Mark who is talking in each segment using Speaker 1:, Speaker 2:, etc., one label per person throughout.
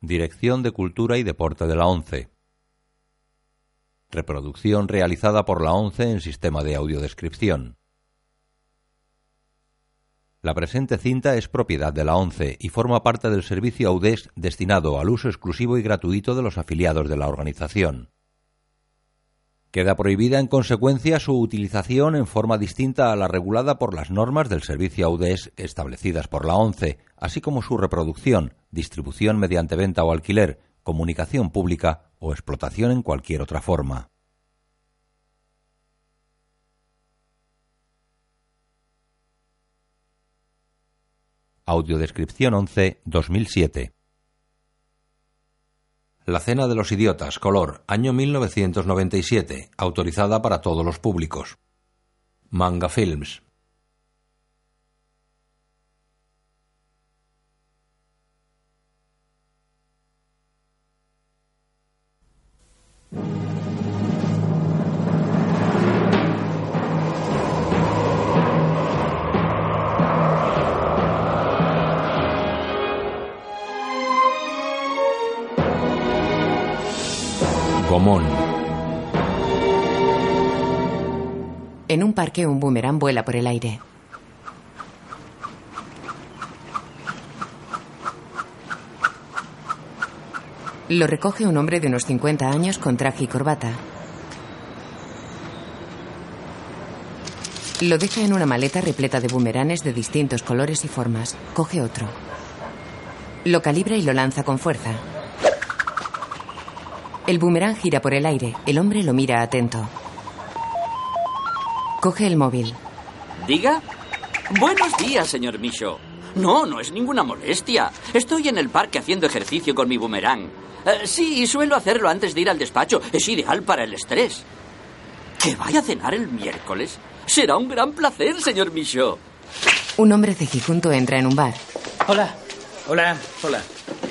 Speaker 1: Dirección de Cultura y Deporte de la ONCE. Reproducción realizada por la ONCE en sistema de audiodescripción. La presente cinta es propiedad de la ONCE y forma parte del servicio AUDES destinado al uso exclusivo y gratuito de los afiliados de la organización. Queda prohibida en consecuencia su utilización en forma distinta a la regulada por las normas del servicio AUDES establecidas por la ONCE, así como su reproducción, distribución mediante venta o alquiler, comunicación pública o explotación en cualquier otra forma. Audiodescripción 11 2007 la Cena de los Idiotas, color, año 1997, autorizada para todos los públicos. Manga Films. Gomón.
Speaker 2: En un parque un boomerang vuela por el aire. Lo recoge un hombre de unos 50 años con traje y corbata. Lo deja en una maleta repleta de boomeranes de distintos colores y formas. Coge otro. Lo calibra y lo lanza con fuerza. El boomerang gira por el aire. El hombre lo mira atento. Coge el móvil.
Speaker 3: ¿Diga? Buenos días, señor Micho. No, no es ninguna molestia. Estoy en el parque haciendo ejercicio con mi boomerang. Eh, sí, suelo hacerlo antes de ir al despacho. Es ideal para el estrés. ¿Que vaya a cenar el miércoles? Será un gran placer, señor Micho.
Speaker 2: Un hombre cejijunto entra en un bar.
Speaker 4: Hola. Hola. Hola.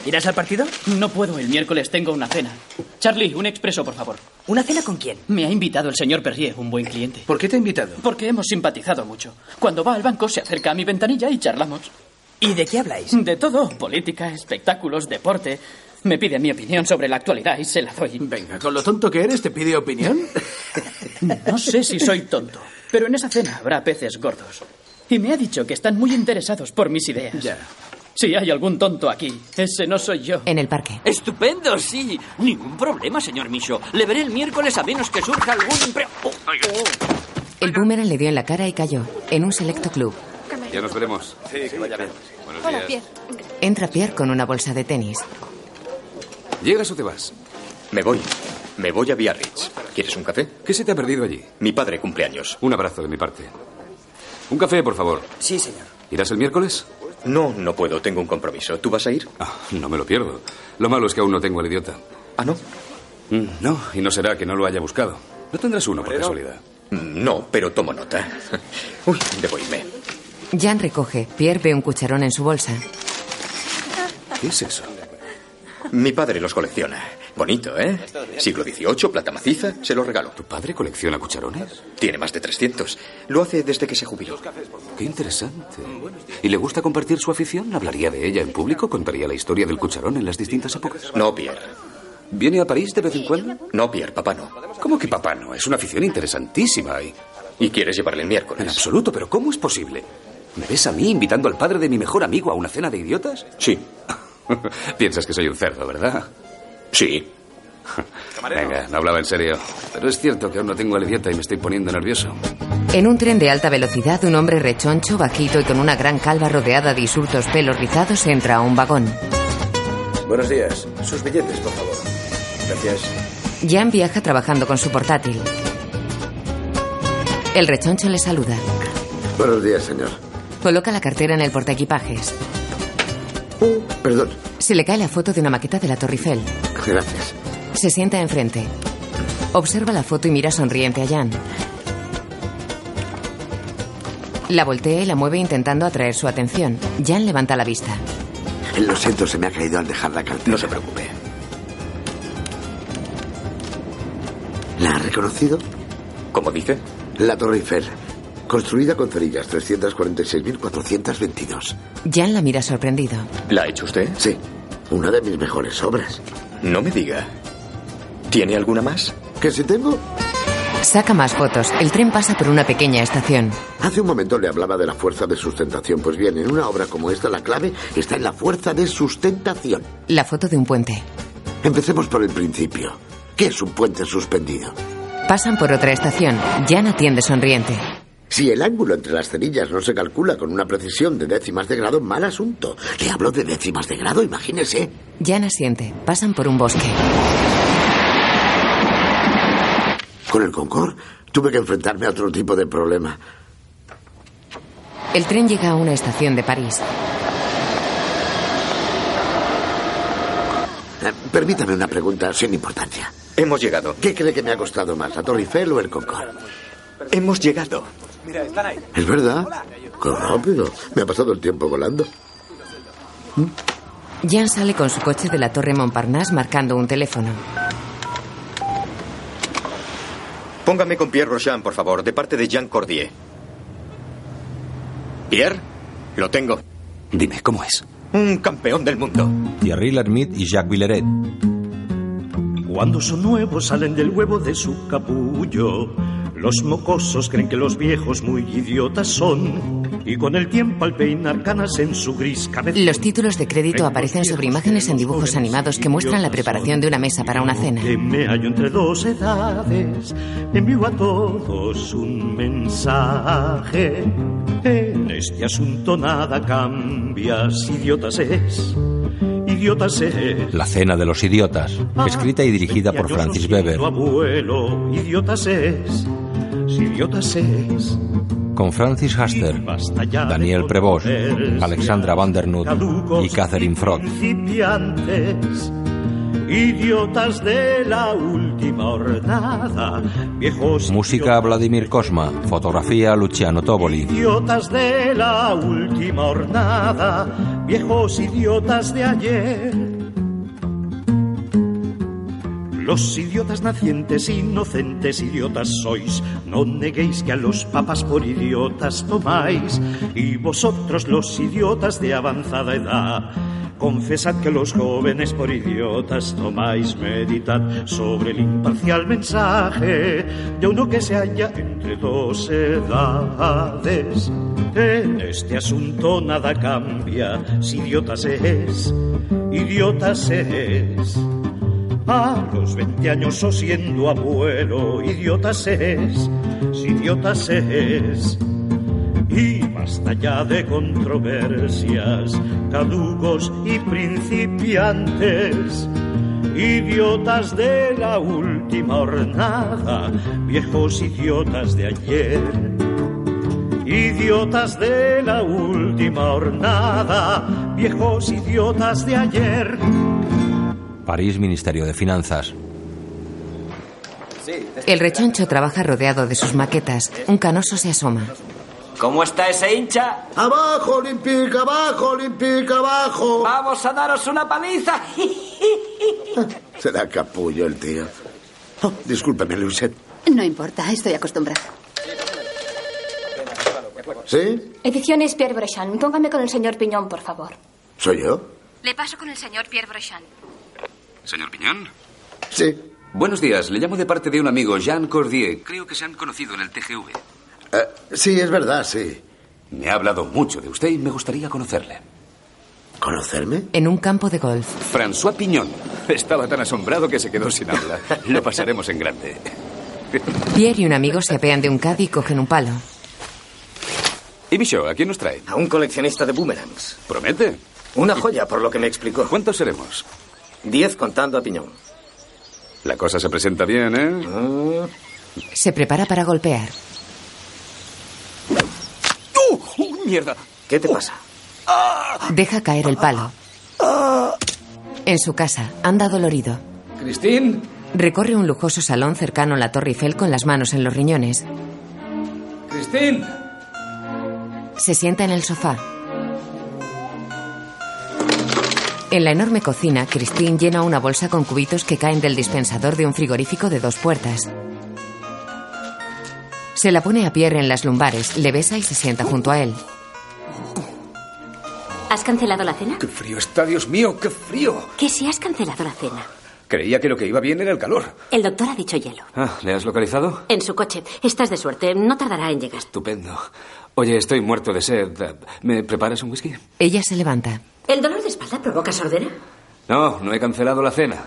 Speaker 4: ¿Irás al partido? No puedo, el miércoles tengo una cena. Charlie, un expreso, por favor.
Speaker 5: ¿Una cena con quién?
Speaker 4: Me ha invitado el señor Perrier, un buen cliente.
Speaker 6: ¿Por qué te ha invitado?
Speaker 4: Porque hemos simpatizado mucho. Cuando va al banco se acerca a mi ventanilla y charlamos.
Speaker 5: ¿Y de qué habláis?
Speaker 4: De todo, política, espectáculos, deporte. Me pide mi opinión sobre la actualidad y se la doy.
Speaker 6: Venga, con lo tonto que eres, ¿te pide opinión?
Speaker 4: no sé si soy tonto, pero en esa cena habrá peces gordos. Y me ha dicho que están muy interesados por mis ideas.
Speaker 6: Ya.
Speaker 4: Si hay algún tonto aquí, ese no soy yo.
Speaker 2: En el parque.
Speaker 3: Estupendo, sí. Ningún problema, señor Micho. Le veré el miércoles a menos que surja algún impre... Oh, oiga.
Speaker 2: El boomerang le dio en la cara y cayó en un selecto club.
Speaker 7: Ya nos veremos. Sí, que vaya bien. Buenos días.
Speaker 8: Hola, Pierre.
Speaker 2: Entra Pierre con una bolsa de tenis.
Speaker 7: ¿Llegas o te vas?
Speaker 9: Me voy. Me voy a Biarritz. ¿Quieres un café?
Speaker 7: ¿Qué se te ha perdido allí?
Speaker 9: Mi padre cumpleaños.
Speaker 7: Un abrazo de mi parte. Un café, por favor.
Speaker 5: Sí, señor.
Speaker 7: ¿Irás el miércoles?
Speaker 9: No, no puedo. Tengo un compromiso. ¿Tú vas a ir?
Speaker 7: Ah, no me lo pierdo. Lo malo es que aún no tengo el idiota.
Speaker 9: Ah, no.
Speaker 7: Mm, No, y no será que no lo haya buscado. No tendrás uno por casualidad.
Speaker 9: Mm, No, pero tomo nota. Uy, debo irme.
Speaker 2: Jan recoge. Pierre ve un cucharón en su bolsa.
Speaker 7: ¿Qué es eso?
Speaker 9: Mi padre los colecciona. Bonito, ¿eh? Siglo XVIII, plata maciza, se los regalo.
Speaker 7: ¿Tu padre colecciona cucharones?
Speaker 9: Tiene más de 300. Lo hace desde que se jubiló.
Speaker 7: Qué interesante. ¿Y le gusta compartir su afición? ¿Hablaría de ella en público? ¿Contaría la historia del cucharón en las distintas épocas?
Speaker 9: No, Pierre.
Speaker 7: ¿Viene a París de vez en cuando?
Speaker 9: No, Pierre, papá no.
Speaker 7: ¿Cómo que papá no? Es una afición interesantísima. Y...
Speaker 9: ¿Y quieres llevarle el
Speaker 7: En
Speaker 9: miércoles?
Speaker 7: absoluto, pero ¿cómo es posible? ¿Me ves a mí invitando al padre de mi mejor amigo a una cena de idiotas?
Speaker 9: Sí.
Speaker 7: Piensas que soy un cerdo, ¿verdad?
Speaker 9: Sí.
Speaker 7: Venga, no hablaba en serio. Pero es cierto que aún no tengo al idiota y me estoy poniendo nervioso.
Speaker 2: En un tren de alta velocidad, un hombre rechoncho, bajito y con una gran calva rodeada de insultos pelos rizados entra a un vagón.
Speaker 10: Buenos días. Sus billetes, por favor. Gracias.
Speaker 2: Jan viaja trabajando con su portátil. El rechoncho le saluda.
Speaker 10: Buenos días, señor.
Speaker 2: Coloca la cartera en el portaequipajes.
Speaker 10: Uh, perdón.
Speaker 2: Se le cae la foto de una maqueta de la Torre Eiffel.
Speaker 10: Gracias.
Speaker 2: Se sienta enfrente. Observa la foto y mira sonriente a Jan. La voltea y la mueve intentando atraer su atención. Jan levanta la vista.
Speaker 10: Lo siento, se me ha caído al dejar la cartera.
Speaker 9: No se preocupe.
Speaker 10: ¿La ha reconocido?
Speaker 9: ¿Cómo dice?
Speaker 10: La Torre Eiffel. Construida con cerillas, 346.422.
Speaker 2: Jan la mira sorprendido.
Speaker 9: ¿La ha hecho usted?
Speaker 10: Sí.
Speaker 8: Una de mis mejores obras.
Speaker 9: No me diga. ¿Tiene alguna más?
Speaker 8: ¿Que si tengo?
Speaker 2: Saca más fotos. El tren pasa por una pequeña estación.
Speaker 8: Hace un momento le hablaba de la fuerza de sustentación. Pues bien, en una obra como esta la clave está en la fuerza de sustentación.
Speaker 2: La foto de un puente.
Speaker 8: Empecemos por el principio. ¿Qué es un puente suspendido?
Speaker 2: Pasan por otra estación. Jan atiende sonriente.
Speaker 8: Si el ángulo entre las cerillas no se calcula con una precisión de décimas de grado, mal asunto. Le hablo de décimas de grado, imagínese.
Speaker 2: Jan asiente. Pasan por un bosque.
Speaker 8: Con el Concord tuve que enfrentarme a otro tipo de problema.
Speaker 2: El tren llega a una estación de París.
Speaker 8: Eh, permítame una pregunta sin importancia.
Speaker 9: Hemos llegado.
Speaker 8: ¿Qué cree que me ha costado más, la Torre Eiffel o el Concord?
Speaker 9: Hemos llegado.
Speaker 8: Es verdad. Qué rápido. Me ha pasado el tiempo volando.
Speaker 2: Jan sale con su coche de la Torre Montparnasse marcando un teléfono.
Speaker 9: Póngame con Pierre Rochon, por favor, de parte de Jean Cordier. Pierre, lo tengo.
Speaker 7: Dime, ¿cómo es?
Speaker 9: Un campeón del mundo.
Speaker 1: Thierry Lermite y Jacques Villeret.
Speaker 11: Cuando son nuevos salen del huevo de su capullo. Los mocosos creen que los viejos muy idiotas son. Y con el tiempo al peinar canas en su gris cabeza.
Speaker 2: Los títulos de crédito aparecen sobre imágenes en dibujos animados que muestran la preparación de una mesa para una cena.
Speaker 11: Que me hallo entre dos edades, envío a todos un mensaje. En este asunto nada cambias, idiotas es, idiotas es.
Speaker 1: La cena de los idiotas. Escrita y dirigida por Francis Weber.
Speaker 11: Tu abuelo, idiotas es, idiotas es.
Speaker 1: Con Francis Haster, Daniel Prevost, Alexandra Vandernut y Catherine Frot.
Speaker 11: Principiantes, idiotas de la última hornada, viejos
Speaker 1: Música Vladimir Cosma. Fotografía Luciano Toboli.
Speaker 11: idiotas de la última hornada, viejos idiotas de ayer. Los idiotas nacientes, inocentes, idiotas sois. No neguéis que a los papas por idiotas tomáis. Y vosotros, los idiotas de avanzada edad, confesad que los jóvenes por idiotas tomáis. Meditad sobre el imparcial mensaje de uno que se halla entre dos edades. En este asunto nada cambia, si idiotas es, idiotas es. A los 20 años o siendo abuelo, idiotas es, idiotas es. Y basta ya de controversias, caducos y principiantes. Idiotas de la última hornada, viejos idiotas de ayer. Idiotas de la última hornada, viejos idiotas de ayer.
Speaker 1: París, Ministerio de Finanzas.
Speaker 2: El rechoncho trabaja rodeado de sus maquetas. Un canoso se asoma.
Speaker 12: ¿Cómo está ese hincha?
Speaker 10: Abajo, Olympique, abajo, Olympique, abajo.
Speaker 12: Vamos a daros una paliza.
Speaker 8: Será capullo el tío. Oh, discúlpeme, Luisette.
Speaker 13: No importa, estoy acostumbrada.
Speaker 8: ¿Sí?
Speaker 14: Ediciones Pierre Brechan. Póngame con el señor Piñón, por favor.
Speaker 8: ¿Soy yo?
Speaker 14: Le paso con el señor Pierre Brechan.
Speaker 7: Señor Piñón.
Speaker 8: Sí.
Speaker 7: Buenos días, le llamo de parte de un amigo, Jean Cordier. Creo que se han conocido en el TGV.
Speaker 8: Eh, sí, es verdad, sí.
Speaker 7: Me ha hablado mucho de usted y me gustaría conocerle.
Speaker 8: ¿Conocerme?
Speaker 2: En un campo de golf.
Speaker 7: François Piñón. Estaba tan asombrado que se quedó sin habla. Lo pasaremos en grande.
Speaker 2: Pierre y un amigo se apean de un caddy y cogen un palo.
Speaker 7: Y Michaud, ¿a quién nos trae?
Speaker 5: A un coleccionista de boomerangs.
Speaker 7: ¿Promete?
Speaker 5: Una joya, por lo que me explicó.
Speaker 7: ¿Cuántos seremos?
Speaker 5: Diez contando a Piñón.
Speaker 7: La cosa se presenta bien, ¿eh?
Speaker 5: Ah.
Speaker 2: Se prepara para golpear.
Speaker 7: ¡Oh, ¡Mierda!
Speaker 5: ¿Qué te pasa?
Speaker 2: Deja caer el palo.
Speaker 7: Ah.
Speaker 2: En su casa, anda dolorido.
Speaker 6: ¿Cristín?
Speaker 2: Recorre un lujoso salón cercano a la Torre Eiffel con las manos en los riñones.
Speaker 6: ¡Cristín!
Speaker 2: Se sienta en el sofá. En la enorme cocina, Christine llena una bolsa con cubitos que caen del dispensador de un frigorífico de dos puertas. Se la pone a Pierre en las lumbares, le besa y se sienta junto a él.
Speaker 14: ¿Has cancelado la cena?
Speaker 6: ¡Qué frío está, Dios mío! ¡Qué frío!
Speaker 14: Que si has cancelado la cena.
Speaker 9: Creía que lo que iba bien era el calor.
Speaker 14: El doctor ha dicho hielo.
Speaker 7: Ah, ¿le has localizado?
Speaker 14: En su coche. Estás de suerte. No tardará en llegar.
Speaker 7: Estupendo. Oye, estoy muerto de sed. ¿Me preparas un whisky?
Speaker 2: Ella se levanta.
Speaker 14: ¿El dolor de espalda provoca sordera?
Speaker 7: No, no he cancelado la cena.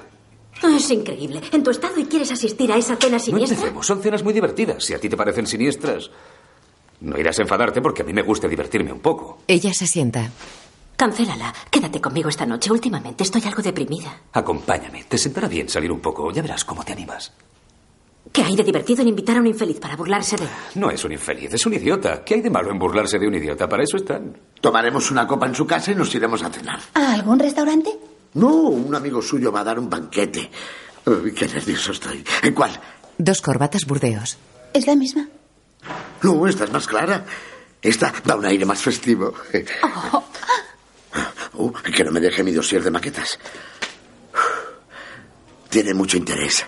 Speaker 14: Ah, Es increíble. En tu estado y quieres asistir a esa cena
Speaker 7: No
Speaker 14: siniestra.
Speaker 7: empecemos, son cenas muy divertidas. Si a ti te parecen siniestras, no irás a enfadarte porque a mí me gusta divertirme un poco.
Speaker 2: Ella se sienta.
Speaker 14: Cancélala. Quédate conmigo esta noche. Últimamente estoy algo deprimida.
Speaker 7: Acompáñame, te sentará bien salir un poco, ya verás cómo te animas.
Speaker 14: ¿Qué hay de divertido en invitar a un infeliz para burlarse de él?
Speaker 7: No es un infeliz, es un idiota. ¿Qué hay de malo en burlarse de un idiota? Para eso están.
Speaker 8: Tomaremos una copa en su casa y nos iremos a cenar.
Speaker 13: ¿A algún restaurante?
Speaker 8: No, un amigo suyo va a dar un banquete. Uy, qué nervioso estoy. ¿En cuál?
Speaker 2: Dos corbatas burdeos.
Speaker 13: ¿Es la misma?
Speaker 8: No, esta es más clara. Esta da un aire más festivo. Uh, que no me deje mi dossier de maquetas. Tiene mucho interés.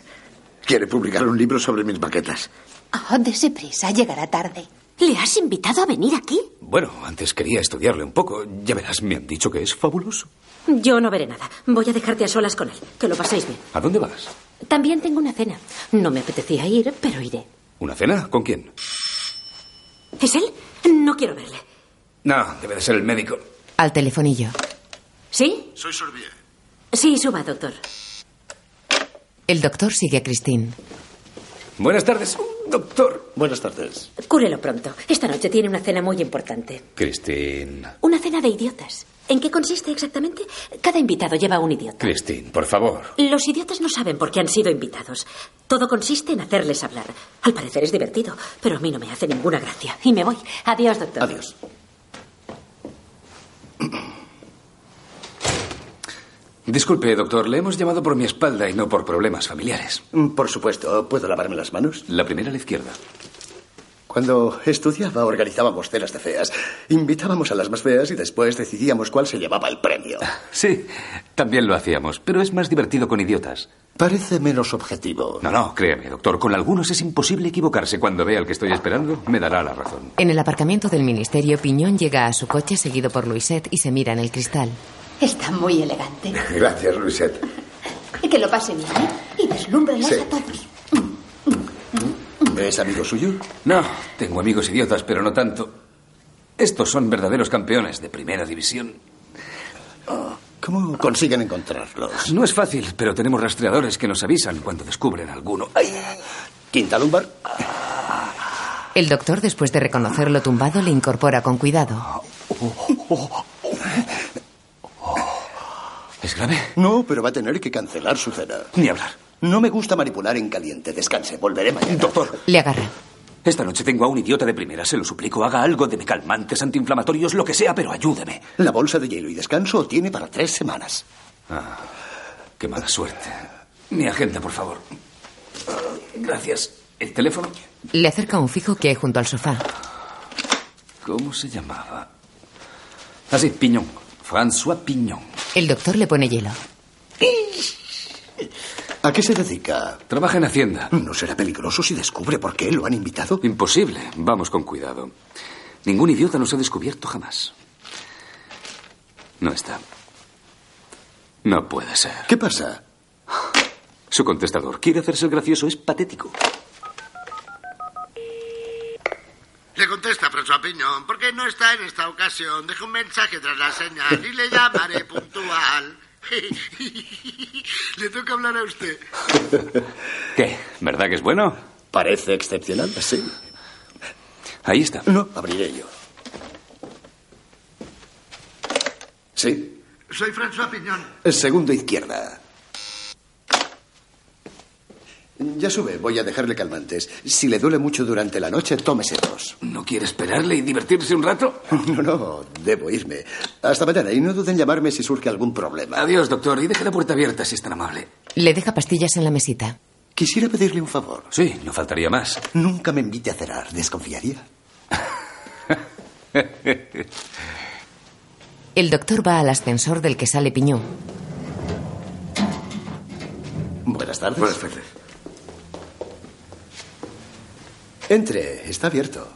Speaker 8: Quiere publicar un libro sobre mis maquetas.
Speaker 13: Oh, dese prisa, llegará tarde.
Speaker 14: ¿Le has invitado a venir aquí?
Speaker 7: Bueno, antes quería estudiarle un poco. Ya verás, me han dicho que es fabuloso.
Speaker 14: Yo no veré nada. Voy a dejarte a solas con él. Que lo paséis bien.
Speaker 7: ¿A dónde vas?
Speaker 14: También tengo una cena. No me apetecía ir, pero iré.
Speaker 7: ¿Una cena? ¿Con quién?
Speaker 14: ¿Es él? No quiero verle.
Speaker 7: No, debe de ser el médico.
Speaker 2: Al telefonillo.
Speaker 14: ¿Sí?
Speaker 8: Soy Sorbier.
Speaker 14: Sí, suba, doctor.
Speaker 2: El doctor sigue a Christine.
Speaker 7: Buenas tardes, doctor.
Speaker 10: Buenas tardes.
Speaker 14: Cúrelo pronto. Esta noche tiene una cena muy importante.
Speaker 7: Christine.
Speaker 14: Una cena de idiotas. ¿En qué consiste exactamente? Cada invitado lleva un idiota.
Speaker 7: Christine, por favor.
Speaker 14: Los idiotas no saben por qué han sido invitados. Todo consiste en hacerles hablar. Al parecer es divertido, pero a mí no me hace ninguna gracia. Y me voy. Adiós, doctor.
Speaker 10: Adiós.
Speaker 7: Disculpe, doctor, le hemos llamado por mi espalda y no por problemas familiares.
Speaker 10: Mm, Por supuesto, ¿puedo lavarme las manos?
Speaker 7: La primera a la izquierda.
Speaker 10: Cuando estudiaba organizábamos cenas de feas. Invitábamos a las más feas y después decidíamos cuál se llevaba el premio.
Speaker 7: Ah, Sí, también lo hacíamos, pero es más divertido con idiotas.
Speaker 10: Parece menos objetivo.
Speaker 7: No, no, créame, doctor, con algunos es imposible equivocarse. Cuando vea al que estoy esperando, me dará la razón.
Speaker 2: En el aparcamiento del ministerio, Piñón llega a su coche seguido por Luisette y se mira en el cristal.
Speaker 13: Está muy elegante.
Speaker 8: Gracias, Luisette.
Speaker 13: Y que lo pase bien, ¿eh? Y deslúmbrenos
Speaker 8: Sí.
Speaker 13: a todos.
Speaker 10: ¿Es amigo suyo?
Speaker 7: No, tengo amigos idiotas, pero no tanto. Estos son verdaderos campeones de primera división.
Speaker 10: ¿Cómo consiguen encontrarlos?
Speaker 7: No es fácil, pero tenemos rastreadores que nos avisan cuando descubren alguno. ¡Ay!
Speaker 10: ¿Quinta lumbar?
Speaker 2: El doctor, después de reconocerlo tumbado, le incorpora con cuidado.
Speaker 7: ¿Es grave?
Speaker 10: No, pero va a tener que cancelar su cena.
Speaker 7: Ni hablar.
Speaker 10: No me gusta manipular en caliente. Descanse, volveré mañana.
Speaker 7: Doctor,
Speaker 2: Le agarra.
Speaker 7: esta noche tengo a un idiota de primera, se lo suplico. Haga algo de calmantes, antiinflamatorios, lo que sea, pero ayúdeme.
Speaker 10: La bolsa de hielo y descanso tiene para tres semanas.
Speaker 7: Ah, qué mala suerte. Mi agenda, por favor. Ah, Gracias. ¿El teléfono?
Speaker 2: Le acerca un fijo que hay junto al sofá.
Speaker 7: ¿Cómo se llamaba? Así, Piñón. François Piñón.
Speaker 2: El doctor le pone hielo.
Speaker 10: ¿A qué se dedica?
Speaker 7: Trabaja en Hacienda.
Speaker 10: ¿No será peligroso si descubre por qué lo han invitado?
Speaker 7: Imposible. Vamos con cuidado. Ningún idiota nos ha descubierto jamás. No está. No puede ser.
Speaker 10: ¿Qué pasa?
Speaker 7: Su contestador quiere hacerse el gracioso. Es patético.
Speaker 8: Le contesta François Piñón, porque no está en esta ocasión. Deja un mensaje tras la señal y le llamaré puntual. le toca hablar a usted.
Speaker 7: ¿Qué? ¿Verdad que es bueno?
Speaker 10: Parece excepcional. Sí.
Speaker 7: Ahí está.
Speaker 10: No, abriré yo. Sí,
Speaker 8: Soy François Piñón.
Speaker 10: el segundo izquierda. Ya sube, voy a dejarle calmantes. Si le duele mucho durante la noche, tómese dos.
Speaker 7: ¿No quiere esperarle y divertirse un rato?
Speaker 10: No, no, debo irme. Hasta mañana y no duden en llamarme si surge algún problema.
Speaker 7: Adiós, doctor. Y deje la puerta abierta si es tan amable.
Speaker 2: Le deja pastillas en la mesita.
Speaker 10: Quisiera pedirle un favor.
Speaker 7: Sí, no faltaría más.
Speaker 10: Nunca me invite a cenar, desconfiaría.
Speaker 2: El doctor va al ascensor del que sale Piñón.
Speaker 10: Buenas tardes.
Speaker 5: Buenas tardes.
Speaker 10: Eh, Entre, está abierto.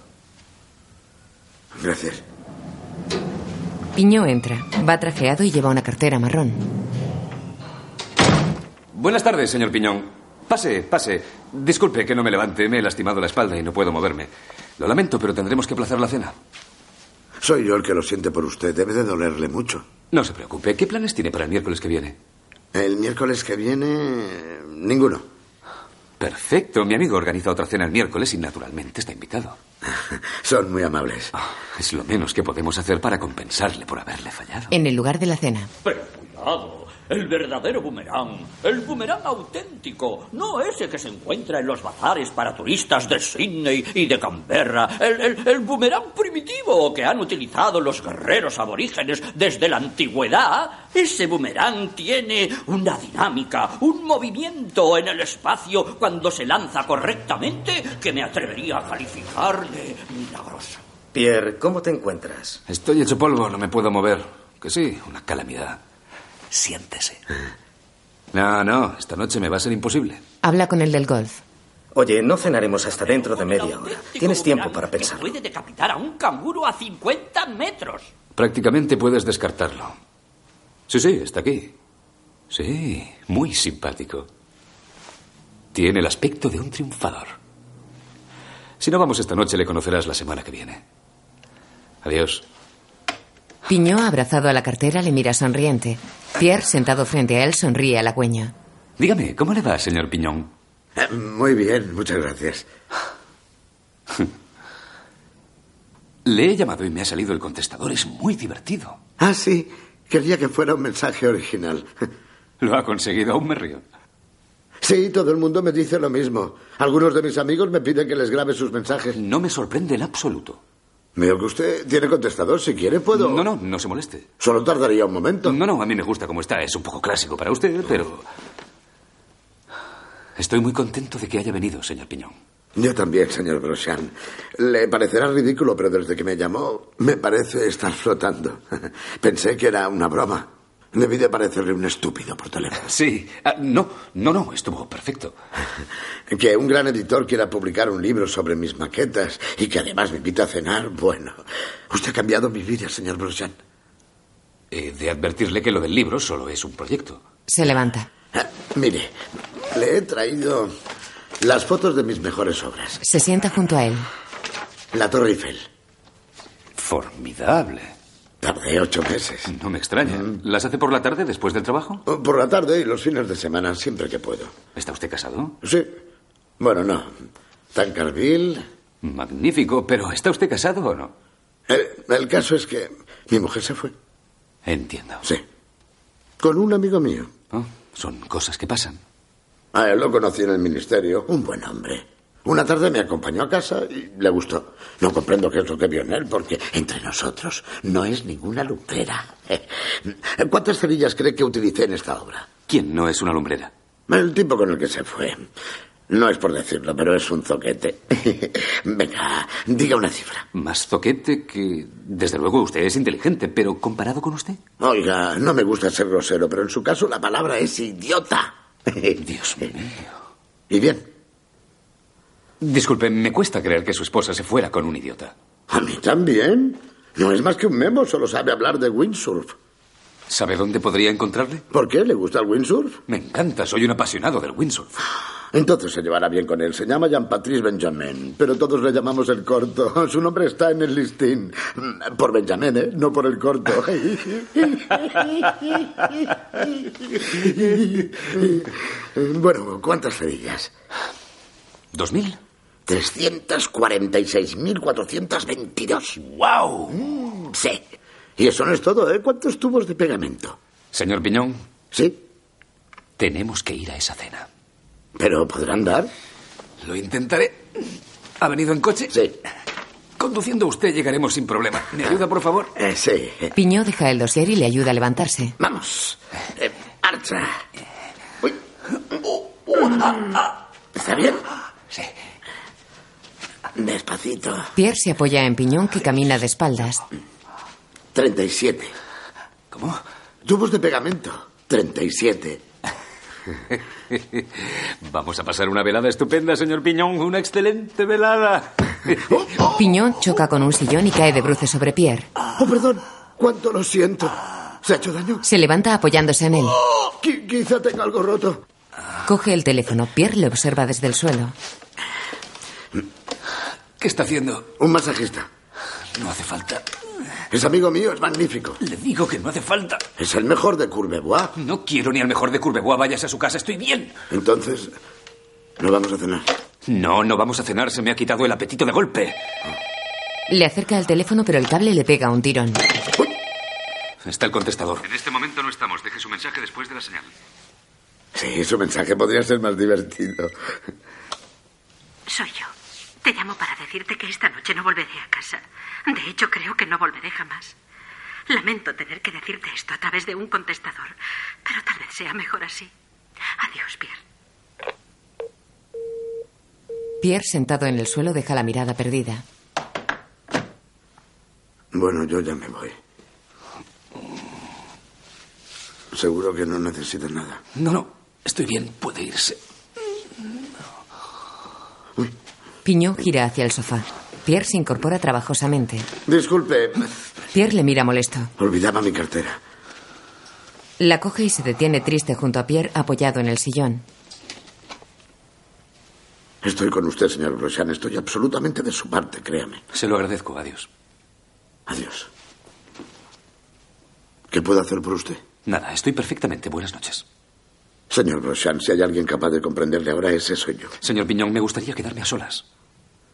Speaker 5: Gracias.
Speaker 2: Iñó entra. Va trajeado y lleva una cartera marrón.
Speaker 7: Buenas tardes, señor Piñón. Pase, pase. Disculpe que no me levante. Me he lastimado la espalda y no puedo moverme. Lo lamento, pero tendremos que aplazar la cena.
Speaker 8: Soy yo el que lo siente por usted. Debe de dolerle mucho.
Speaker 7: No se preocupe. ¿Qué planes tiene para el miércoles que viene?
Speaker 8: El miércoles que viene. ninguno.
Speaker 7: Perfecto. Mi amigo organiza otra cena el miércoles y naturalmente está invitado. Ah,
Speaker 8: Son muy amables.
Speaker 7: es lo menos que podemos hacer para compensarle por haberle fallado.
Speaker 2: En el lugar de la cena.
Speaker 3: Pero cuidado, el verdadero boomerang, el boomerang auténtico, no ese que se encuentra en los bazares para turistas de Sydney y de Canberra, el, el, el boomerang primitivo que han utilizado los guerreros aborígenes desde la antigüedad. Ese boomerang tiene una dinámica, un movimiento en el espacio cuando se lanza correctamente que me atrevería a calificar de milagroso.
Speaker 5: Pierre, ¿cómo te encuentras?
Speaker 7: Estoy hecho polvo, no me puedo mover. Que sí, una calamidad. Siéntese. No, no, esta noche me va a ser imposible.
Speaker 2: Habla con el del golf.
Speaker 5: Oye, no cenaremos hasta dentro de media hora. Tienes tiempo para pensar.
Speaker 3: Puede decapitar a un canguro a 50 metros.
Speaker 7: Prácticamente puedes descartarlo. Sí, sí, está aquí. Sí, muy simpático. Tiene el aspecto de un triunfador. Si no vamos esta noche, le conocerás la semana que viene. Adiós.
Speaker 2: Piñó, abrazado a la cartera, le mira sonriente. Pierre, sentado frente a él, sonríe halagüeño.
Speaker 7: Dígame, ¿cómo le va, señor Piñón?
Speaker 8: Eh, Muy bien, muchas gracias.
Speaker 7: Le he llamado y me ha salido el contestador. Es muy divertido.
Speaker 8: Ah, sí. Quería que fuera un mensaje original.
Speaker 7: Lo ha conseguido, aún me río.
Speaker 8: Sí, todo el mundo me dice lo mismo. Algunos de mis amigos me piden que les grabe sus mensajes.
Speaker 7: No me sorprende en absoluto.
Speaker 8: Veo que usted tiene contestador. Si quiere, puedo.
Speaker 7: No, no, no se moleste.
Speaker 8: Solo tardaría un momento.
Speaker 7: No, no, a mí me gusta como está. Es un poco clásico para usted, pero... Estoy muy contento de que haya venido, señor Piñón.
Speaker 8: Yo también, señor Broshan. Le parecerá ridículo, pero desde que me llamó, me parece estar flotando. Pensé que era una broma. Debí de parecerle un estúpido por teléfono.
Speaker 7: Sí. Ah, no, no, no, estuvo perfecto.
Speaker 8: Que un gran editor quiera publicar un libro sobre mis maquetas y que además me invite a cenar, bueno. Usted ha cambiado mi vida, señor Broshan.
Speaker 7: He de advertirle que lo del libro solo es un proyecto.
Speaker 2: Se levanta.
Speaker 8: Mire, le he traído las fotos de mis mejores obras.
Speaker 2: Se sienta junto a él.
Speaker 8: La Torre Eiffel.
Speaker 7: Formidable.
Speaker 8: Tardé ocho meses. Mm.
Speaker 7: No me extraña. ¿Las hace por la tarde después del trabajo?
Speaker 8: Por la tarde y los fines de semana, siempre que puedo.
Speaker 7: ¿Está usted casado?
Speaker 8: Sí. Bueno, no. Tancarville.
Speaker 7: Magnífico, pero ¿está usted casado o no?
Speaker 8: El, el caso es que mi mujer se fue.
Speaker 7: Entiendo.
Speaker 8: Sí. Con un amigo mío.
Speaker 7: Ah, son cosas que pasan.
Speaker 8: A él Ah, lo conocí en el ministerio. Un buen hombre. Una tarde me acompañó a casa y le gustó. No comprendo qué es lo que vio en él, porque entre nosotros no es ninguna lumbrera. ¿Cuántas cerillas cree que utilicé en esta obra?
Speaker 7: ¿Quién no es una lumbrera?
Speaker 8: El tipo con el que se fue. No es por decirlo, pero es un zoquete. Venga, diga una cifra.
Speaker 7: Más zoquete que... Desde luego usted es inteligente, pero comparado con usted...
Speaker 8: Oiga, no me gusta ser grosero, pero en su caso la palabra es idiota.
Speaker 7: Dios mío.
Speaker 8: ¿Y bien?
Speaker 7: Disculpe, me cuesta creer que su esposa se fuera con un idiota.
Speaker 8: A mí también. No es más que un memo, solo sabe hablar de windsurf.
Speaker 7: ¿Sabe dónde podría encontrarle?
Speaker 8: ¿Por qué? ¿Le gusta el windsurf?
Speaker 7: Me encanta, soy un apasionado del windsurf.
Speaker 8: Entonces se llevará bien con él. Se llama Jean-Patrice Benjamin, pero todos le llamamos el corto. Su nombre está en el listín. Por Benjamin, ¿eh? No por el corto. bueno, ¿cuántas cerillas?
Speaker 7: ¿Dos mil?
Speaker 8: 346.422.
Speaker 7: ¡Wow!
Speaker 8: Mm, sí. Y eso no es todo, ¿eh? ¿Cuántos tubos de pegamento?
Speaker 7: Señor Piñón,
Speaker 8: ¿Sí?
Speaker 7: tenemos que ir a esa cena.
Speaker 8: ¿Pero podrán dar?
Speaker 7: Lo intentaré. ¿Ha venido en coche?
Speaker 8: Sí.
Speaker 7: Conduciendo usted llegaremos sin problema. ¿Me ayuda, por favor?
Speaker 8: Eh, sí.
Speaker 2: Piñó deja el dossier y le ayuda a levantarse.
Speaker 8: Vamos. Eh, Archa. Uy. Oh, oh, ah, ah. ¿Está bien?
Speaker 7: Sí.
Speaker 8: Despacito.
Speaker 2: Pierre se apoya en Piñón que camina de espaldas.
Speaker 8: 37.
Speaker 7: ¿Cómo?
Speaker 8: Tubos de pegamento. 37.
Speaker 7: Vamos a pasar una velada estupenda, señor Piñón. Una excelente velada.
Speaker 8: Oh,
Speaker 2: Piñón choca con un sillón y cae de bruces sobre Pierre.
Speaker 8: Oh, perdón. Cuánto lo siento. ¿Se ha hecho daño?
Speaker 2: Se levanta apoyándose en él.
Speaker 8: Qui- quizá tenga algo roto.
Speaker 2: Coge el teléfono. Pierre le observa desde el suelo.
Speaker 8: ¿Qué está haciendo? Un masajista. No hace falta. Es amigo mío, es magnífico. Le digo que no hace falta. Es el mejor de Courbevoie.
Speaker 7: No quiero ni al mejor de Courbevoie. Váyase a su casa, estoy bien.
Speaker 8: Entonces, no vamos a cenar.
Speaker 7: No, no vamos a cenar. Se me ha quitado el apetito de golpe.
Speaker 2: Le acerca el teléfono, pero el cable le pega un tirón.
Speaker 7: Está el contestador.
Speaker 15: En este momento no estamos. Deje su mensaje después de la señal.
Speaker 8: Sí, su mensaje podría ser más divertido.
Speaker 14: Soy yo. Te llamo para decirte que esta noche no volveré a casa. De hecho, creo que no volveré jamás. Lamento tener que decirte esto a través de un contestador, pero tal vez sea mejor así. Adiós, Pierre.
Speaker 2: Pierre, sentado en el suelo, deja la mirada perdida.
Speaker 8: Bueno, yo ya me voy. Seguro que no necesita nada.
Speaker 7: No, no. Estoy bien. Puede irse.
Speaker 2: Piñón gira hacia el sofá. Pierre se incorpora trabajosamente.
Speaker 8: Disculpe,
Speaker 2: Pierre le mira molesto.
Speaker 8: olvidaba mi cartera.
Speaker 2: La coge y se detiene triste junto a Pierre, apoyado en el sillón.
Speaker 8: Estoy con usted, señor Brochan. Estoy absolutamente de su parte, créame.
Speaker 7: Se lo agradezco. Adiós.
Speaker 8: Adiós. ¿Qué puedo hacer por usted?
Speaker 7: Nada, estoy perfectamente. Buenas noches.
Speaker 8: Señor Brochan, si hay alguien capaz de comprenderle ahora, ese soy yo.
Speaker 7: Señor Piñón, me gustaría quedarme a solas.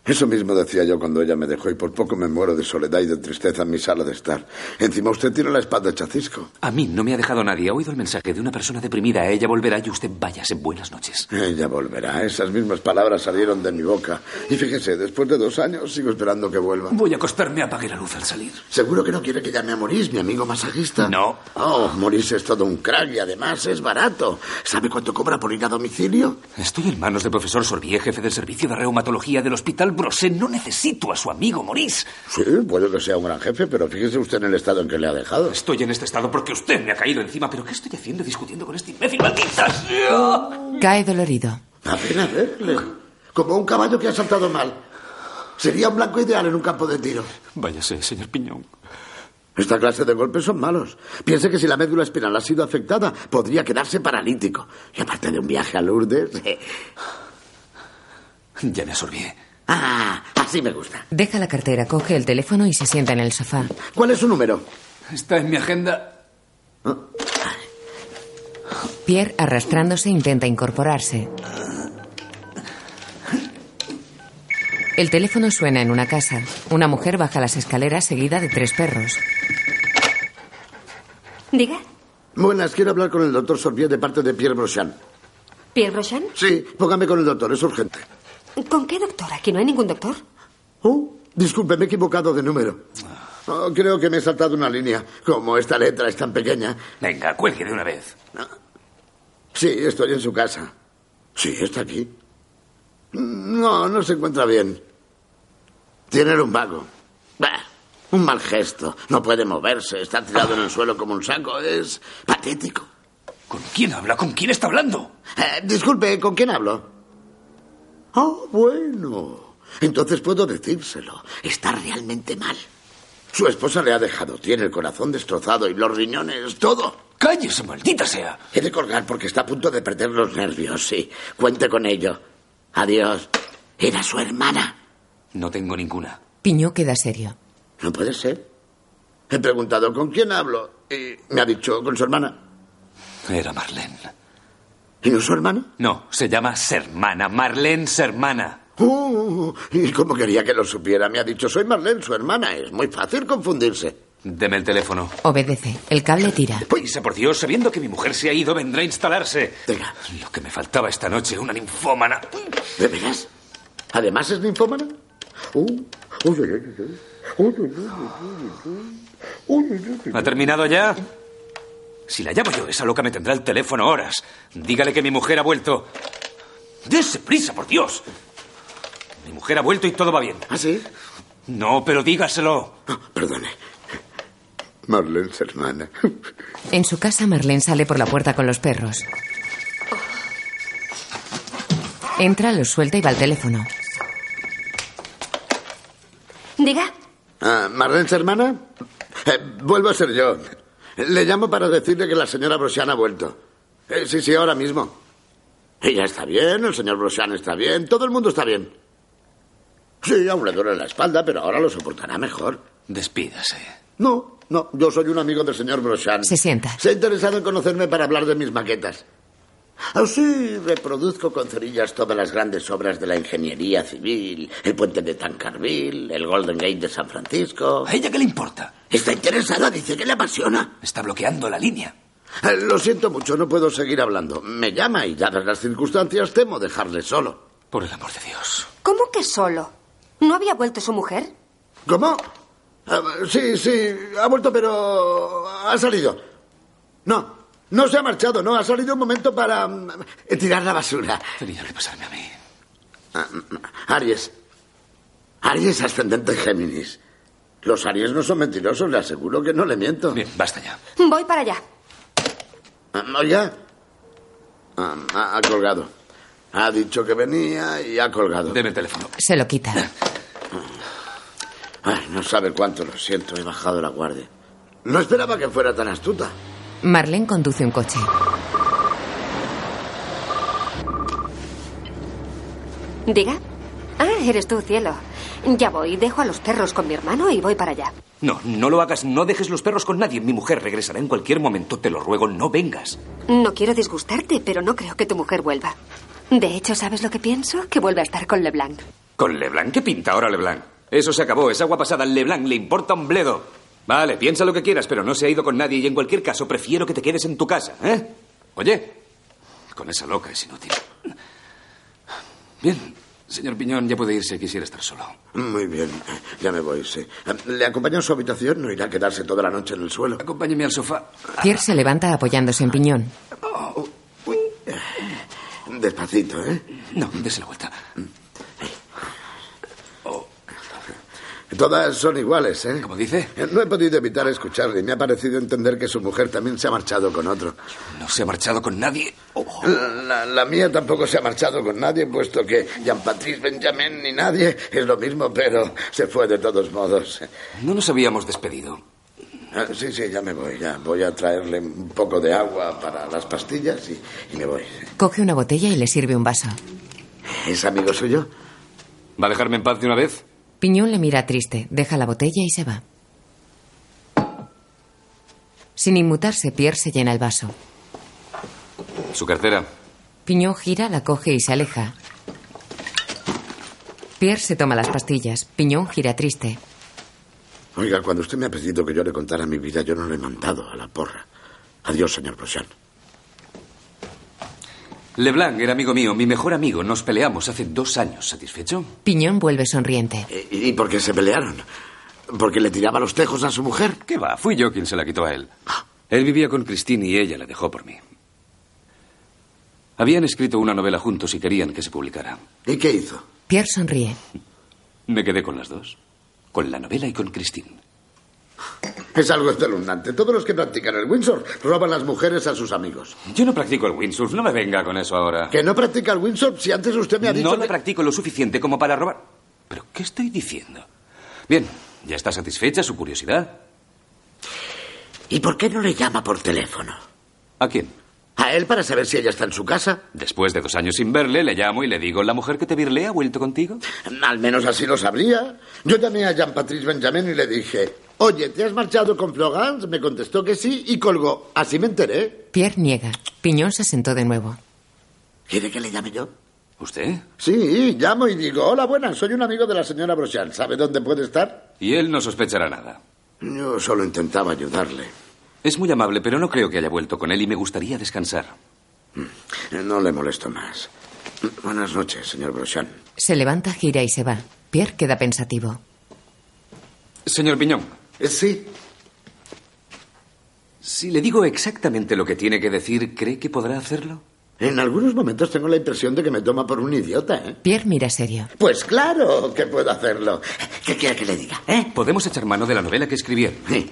Speaker 8: Eso mismo decía yo cuando ella me dejó y por poco me muero de soledad y de tristeza en mi sala de estar. Encima usted tiene la espalda hecha cisco.
Speaker 7: A mí no me ha dejado nadie. Ha oído el mensaje de una persona deprimida. Ella volverá y usted váyase. Buenas noches.
Speaker 8: Ella volverá. Esas mismas palabras salieron de mi boca. Y fíjese, después de dos años sigo esperando que vuelva.
Speaker 7: Voy a acostarme a apague la luz al salir.
Speaker 8: Seguro que no quiere que llame a Maurice, mi amigo masajista. No. Oh, Maurice es todo un crack y además es barato. ¿Sabe cuánto cobra por ir a domicilio?
Speaker 7: Estoy en manos del profesor Sorbier, jefe del servicio de reumatología del Hospital Brosé. No necesito a su amigo Maurice.
Speaker 8: Sí, puede que sea un gran jefe, pero fíjese usted en el estado en que le ha dejado.
Speaker 7: Estoy en este estado porque usted me ha caído encima. ¿Pero qué estoy haciendo discutiendo con este imbécil? ¡Maldita sea!
Speaker 2: Cae dolorido.
Speaker 8: A pena verle. Como un caballo que ha saltado mal. Sería un blanco ideal en un campo de tiro.
Speaker 7: Váyase, señor Piñón.
Speaker 8: Esta clase de golpes son malos. Piense que si la médula espinal ha sido afectada, podría quedarse paralítico. Y aparte de un viaje a Lourdes. eh.
Speaker 7: Ya me absorbí.
Speaker 8: Ah, así me gusta.
Speaker 2: Deja la cartera, coge el teléfono y se sienta en el sofá.
Speaker 8: ¿Cuál es su número?
Speaker 7: Está en mi agenda.
Speaker 2: Pierre, arrastrándose, intenta incorporarse. El teléfono suena en una casa. Una mujer baja las escaleras seguida de tres perros.
Speaker 14: Diga,
Speaker 8: Buenas, quiero hablar con el doctor Sorbier de parte de Pierre Brochan.
Speaker 14: Pierre Rochan.
Speaker 8: Sí, póngame con el doctor, es urgente.
Speaker 14: ¿Con qué doctor? Aquí no hay ningún doctor.
Speaker 8: Oh, disculpe, me he equivocado de número. Oh, creo que me he saltado una línea. Como esta letra es tan pequeña. Ah.
Speaker 7: Venga, cuelgue de una vez.
Speaker 8: Sí, estoy en su casa. Sí, está aquí. No, no se encuentra bien. Tiene lumbago. Bah, un mal gesto. No puede moverse. Está tirado en el suelo como un saco. Es patético. Eh,
Speaker 7: ¿Con quién habla? ¿Con quién está hablando?
Speaker 8: disculpe, ¿con quién hablo? Oh, bueno. Entonces puedo decírselo. Está realmente mal. Su esposa le ha dejado. Tiene el corazón destrozado y los riñones, todo.
Speaker 7: ¡Cállese, maldita sea!
Speaker 8: He de colgar porque está a punto de perder los nervios, sí. Cuente con ello. Adiós. Era su hermana.
Speaker 7: No tengo ninguna.
Speaker 2: Piñó queda serio.
Speaker 8: No puede ser. He preguntado con quién hablo y me ha dicho con su hermana.
Speaker 7: Era Marlene.
Speaker 8: ¿Y no su hermana?
Speaker 7: ¿Ah, No, se llama Sermana. Marlene Sermana.
Speaker 8: Uh, y como quería que lo supiera, me ha dicho soy Marlene, su hermana. Es muy fácil confundirse.
Speaker 7: Deme el teléfono.
Speaker 2: Obedece. El cable tira.
Speaker 7: Prisa, por Dios, sabiendo que mi mujer se ha ido, vendrá a instalarse.
Speaker 8: Venga.
Speaker 7: Lo que me faltaba esta noche, una ninfómana.
Speaker 8: ¿De veras? ¿Además es ninfómana? Uh, uy, uy, uy, uy. Uy, uy, uy, uy, uy, uy, uy, uy, uy.
Speaker 7: ¿Ha terminado ya? Si la llamo yo, esa loca me tendrá el teléfono horas. Dígale que mi mujer ha vuelto. ¡Dese prisa, por Dios! Mi mujer ha vuelto y todo va bien.
Speaker 8: ¿Ah, sí?
Speaker 7: No, pero dígaselo.
Speaker 8: Perdone. Marlene, su hermana.
Speaker 2: En su casa, Marlene sale por la puerta con los perros. Entra, los suelta y va al teléfono.
Speaker 14: Diga,
Speaker 8: Ah, ¿Marlene, su hermana? Eh, vuelvo a ser yo. Le llamo para decirle que la señora Brosian ha vuelto. Eh, sí, sí, ahora mismo. Ella está bien, el señor Brosian está bien, todo el mundo está bien. Sí, aún le duele la espalda, pero ahora lo soportará mejor.
Speaker 7: Despídase.
Speaker 8: No, no, yo soy un amigo del señor Brosian.
Speaker 2: Se sienta.
Speaker 8: Se ha interesado en conocerme para hablar de mis maquetas. Así reproduzco con cerillas todas las grandes obras de la ingeniería civil, el puente de Tancarville, el Golden Gate de San Francisco.
Speaker 7: ¿A ella qué le importa?
Speaker 8: Está interesada, dice que le apasiona.
Speaker 7: Está bloqueando la línea.
Speaker 8: Eh, Lo siento mucho, no puedo seguir hablando. Me llama y, dadas las circunstancias, temo dejarle solo.
Speaker 7: Por el amor de Dios.
Speaker 16: ¿Cómo que solo? ¿No había vuelto su mujer?
Speaker 8: ¿Cómo? Ah, sí, sí, ha vuelto, pero eh, ha salido. No, no se ha marchado, no, ha salido un momento para mm, tirar la basura.
Speaker 7: Tenía que pasarme a mí.
Speaker 8: Ah, mm, Aries. Aries ascendente en Géminis. Los Aries no son mentirosos, le aseguro que no le miento.
Speaker 7: Bien, basta ya.
Speaker 16: Voy para allá.
Speaker 8: Ah, Oiga. Ah, ha- ha colgado. Ha dicho que venía y ha colgado.
Speaker 7: Deme el teléfono.
Speaker 2: Se lo quita.
Speaker 8: Mm. Ay, no sabe cuánto lo siento, he bajado la guardia. No esperaba que fuera tan astuta.
Speaker 2: Marlene conduce un coche.
Speaker 16: Diga. Ah, eres tú, cielo. Ya voy, dejo a los perros con mi hermano y voy para allá.
Speaker 7: No, no lo hagas. No dejes los perros con nadie. Mi mujer regresará en cualquier momento. Te lo ruego, no vengas.
Speaker 16: No quiero disgustarte, pero no creo que tu mujer vuelva. De hecho, ¿sabes lo que pienso? Que vuelve a estar con LeBlanc.
Speaker 7: ¿Con Leblanc? ¿Qué pinta ahora Leblanc? Eso se acabó. Es agua pasada. Al Leblanc le importa un bledo. Vale, piensa lo que quieras, pero no se ha ido con nadie y en cualquier caso prefiero que te quedes en tu casa, ¿eh? Oye, con esa loca es inútil. Bien, señor Piñón, ya puede irse. Quisiera estar solo.
Speaker 8: Muy bien, ya me voy, sí. ¿Le acompaño a su habitación? ¿No irá a quedarse toda la noche en el suelo?
Speaker 7: Acompáñeme al sofá.
Speaker 2: Pierre se levanta apoyándose en piñón.
Speaker 8: Despacito, ¿eh?
Speaker 7: No, dése la vuelta.
Speaker 8: Mm. Oh. Todas son iguales, ¿eh?
Speaker 7: ¿Cómo dice?
Speaker 8: No he podido evitar escucharle. Me ha parecido entender que su mujer también se ha marchado con otro.
Speaker 7: No se ha marchado con nadie. Oh.
Speaker 8: La, la mía tampoco se ha marchado con nadie, puesto que Jean-Patrice Benjamin ni nadie es lo mismo, pero se fue de todos modos.
Speaker 7: No nos habíamos despedido.
Speaker 8: Ah, Sí, sí, ya me voy, ya. Voy a traerle un poco de agua para las pastillas y, y me voy.
Speaker 2: Coge una botella y le sirve un vaso.
Speaker 8: ¿Es amigo suyo?
Speaker 7: ¿Va a dejarme en paz de una vez?
Speaker 2: Piñón le mira triste, deja la botella y se va. Sin inmutarse, Pierre se llena el vaso.
Speaker 7: Su cartera.
Speaker 2: Piñón gira, la coge y se aleja. Pierre se toma las pastillas. Piñón gira triste.
Speaker 8: Oiga, cuando usted me ha pedido que yo le contara mi vida, yo no le he mandado a la porra. Adiós, señor Brosian.
Speaker 7: Leblanc era amigo mío, mi mejor amigo. Nos peleamos hace dos años. ¿Satisfecho?
Speaker 2: Piñón vuelve sonriente.
Speaker 8: Eh, ¿Y, y por qué se pelearon? ¿Porque le tiraba los tejos a su mujer? Ah.
Speaker 7: ¿Qué va? Fui yo quien se la quitó a él. Él vivía con Christine y ella la dejó por mí. Habían escrito una novela juntos y querían que se publicara.
Speaker 8: ¿Y qué hizo?
Speaker 2: Pierre sonríe.
Speaker 7: Me quedé con las dos. Con la novela y con Christine.
Speaker 8: Es algo espeluznante. Todos los que practican el Windsor roban las mujeres a sus amigos.
Speaker 7: Yo no practico el windsurf, no me venga con eso ahora.
Speaker 8: ¿Que no practica el Windsor? Si antes usted me ha dicho...
Speaker 7: No lo
Speaker 8: que-
Speaker 7: practico lo suficiente como para robar. ¿Pero qué estoy diciendo? Bien, ¿ya está satisfecha su curiosidad?
Speaker 8: ¿Y por qué no le llama por teléfono?
Speaker 7: ¿A quién?
Speaker 8: ¿A él para saber si ella está en su casa?
Speaker 7: Después de dos años sin verle, le llamo y le digo, ¿la mujer que te virlea ha vuelto contigo?
Speaker 8: Al menos así lo sabría. Yo llamé a Jean-Patrice Benjamin y le dije... Oye, ¿te has marchado con Florence? Me contestó que sí y colgó. Así me enteré.
Speaker 2: Pierre niega. Piñón se sentó de nuevo.
Speaker 8: ¿Quiere que le llame yo?
Speaker 7: ¿Usted?
Speaker 8: Sí, llamo y digo... Hola, buenas, soy un amigo de la señora Brochard. ¿Sabe dónde puede estar?
Speaker 7: Y él no sospechará nada.
Speaker 8: Yo solo intentaba ayudarle.
Speaker 7: Es muy amable, pero no creo que haya vuelto con él y me gustaría descansar.
Speaker 8: Mm, No le molesto más. Buenas noches, señor Brochard.
Speaker 2: Se levanta, gira y se va. Pierre queda pensativo.
Speaker 7: Señor Piñón,
Speaker 8: Eh, Sí,
Speaker 7: si le digo exactamente lo que tiene que decir, ¿cree que podrá hacerlo?
Speaker 8: En algunos momentos tengo la impresión de que me toma por un idiota, ¿eh?
Speaker 2: Pierre mira serio.
Speaker 8: Pues claro que puedo hacerlo. ¿Qué quiere que le diga? ¿Eh?
Speaker 7: Podemos echar mano de la novela que escribieron.
Speaker 8: Sí.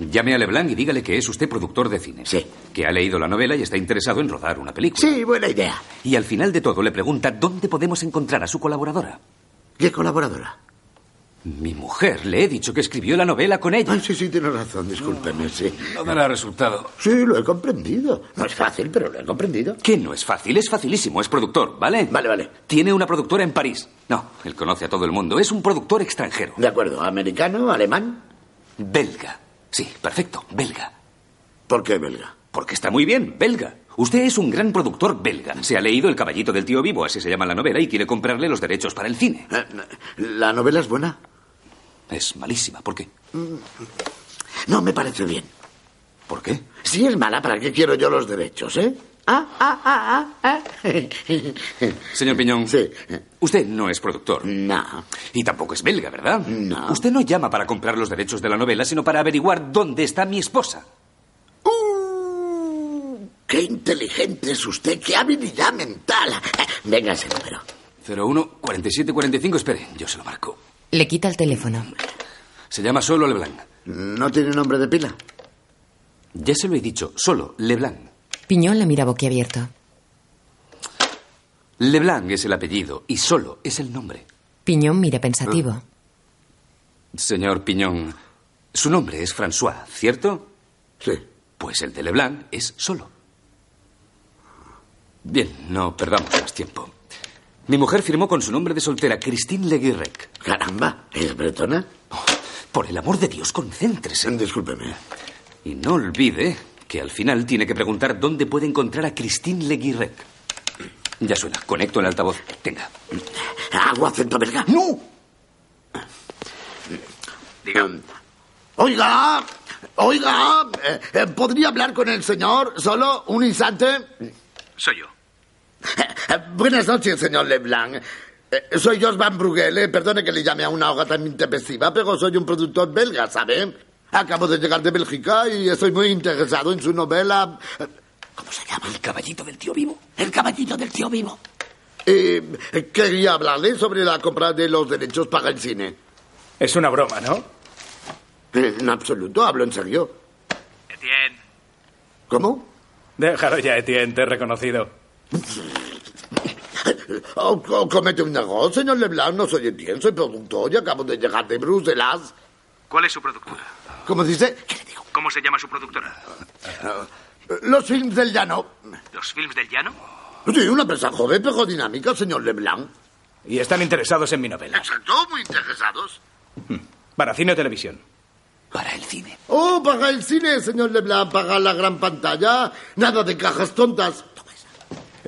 Speaker 7: Llame a Leblanc y dígale que es usted productor de cine.
Speaker 8: Sí.
Speaker 7: Que ha leído la novela y está interesado en rodar una película.
Speaker 8: Sí, buena idea.
Speaker 7: Y al final de todo le pregunta dónde podemos encontrar a su colaboradora.
Speaker 8: ¿Qué colaboradora?
Speaker 7: Mi mujer, le he dicho que escribió la novela con ella.
Speaker 8: sí, sí, tiene razón, discúlpeme, sí.
Speaker 7: No dará resultado.
Speaker 8: Sí, lo he comprendido. No es fácil, pero lo he comprendido.
Speaker 7: ¿Qué no es fácil? Es facilísimo, es productor, ¿vale?
Speaker 8: Vale, vale.
Speaker 7: Tiene una productora en París. No, él conoce a todo el mundo. Es un productor extranjero.
Speaker 8: De acuerdo, americano, alemán.
Speaker 7: Belga. Sí, perfecto, belga.
Speaker 8: ¿Por qué belga?
Speaker 7: Porque está muy bien, belga. Usted es un gran productor belga. Se ha leído El caballito del tío vivo, así se llama la novela, y quiere comprarle los derechos para el cine.
Speaker 8: Eh, ¿La novela es buena?
Speaker 7: Es malísima. ¿Por qué?
Speaker 8: No me parece bien.
Speaker 7: ¿Por qué?
Speaker 8: Si es mala, ¿para qué quiero yo los derechos, eh? Ah, ah, ah, ah, ah.
Speaker 7: Señor Piñón.
Speaker 8: Sí.
Speaker 7: Usted no es productor.
Speaker 8: No.
Speaker 7: Y tampoco es belga, ¿verdad?
Speaker 8: No.
Speaker 7: Usted no llama para comprar los derechos de la novela, sino para averiguar dónde está mi esposa.
Speaker 8: ¡Uh! Qué inteligente es usted, qué habilidad mental. Venga ese número.
Speaker 7: 01 47 45, espere, yo se lo marco.
Speaker 2: Le quita el teléfono.
Speaker 7: Se llama Solo Leblanc.
Speaker 8: ¿No tiene nombre de pila?
Speaker 7: Ya se lo he dicho, Solo Leblanc.
Speaker 2: Piñón le mira boquiabierto.
Speaker 7: Leblanc es el apellido y Solo es el nombre.
Speaker 2: Piñón mira pensativo.
Speaker 7: Señor Piñón, su nombre es François, ¿cierto?
Speaker 8: Sí.
Speaker 7: Pues el de Leblanc es Solo. Bien, no perdamos más tiempo. Mi mujer firmó con su nombre de soltera, Christine Leguirec. Oh,
Speaker 8: Caramba, ¿es bretona?
Speaker 7: Por el amor de Dios, concéntrese.
Speaker 8: Discúlpeme.
Speaker 7: Y no olvide que al final tiene que preguntar dónde puede encontrar a Christine Leguirec. Ya suena, conecto el altavoz. Tenga.
Speaker 8: ¿Hago acento belga? ¡No!
Speaker 15: Diga.
Speaker 8: Oiga, oiga, eh, eh, ¿podría hablar con el señor solo un instante?
Speaker 15: Soy yo.
Speaker 8: Eh, Buenas noches, señor Leblanc. Eh, Soy Josvan Bruguele. eh, Perdone que le llame a una hora tan intempestiva, pero soy un productor belga, ¿sabe? Acabo de llegar de Bélgica y estoy muy interesado en su novela. eh, ¿Cómo se llama?
Speaker 7: El caballito del tío vivo.
Speaker 8: El caballito del tío vivo. Eh, quería hablarle sobre la compra de los derechos para el cine. Eh,
Speaker 17: Es una broma, ¿no?
Speaker 8: En absoluto, hablo en serio.
Speaker 15: Etienne.
Speaker 8: ¿Cómo?
Speaker 17: Déjalo ya, Etienne, te he reconocido.
Speaker 8: Oh, co- comete un error, señor Leblanc. No soy bien, soy productor y acabo de llegar de Bruselas.
Speaker 15: ¿Cuál es su productora?
Speaker 8: ¿Cómo dice?
Speaker 15: ¿Cómo se llama su productora?
Speaker 8: Los films del llano.
Speaker 15: ¿Los films del llano?
Speaker 8: Sí, una empresa joven pero dinámica, señor Leblanc.
Speaker 17: Y están interesados en mi novela.
Speaker 8: Exacto, muy interesados.
Speaker 15: Hmm.
Speaker 17: Para cine o televisión.
Speaker 7: Para el cine.
Speaker 8: Oh, para el cine, señor Leblanc, para la gran pantalla. Nada de cajas tontas.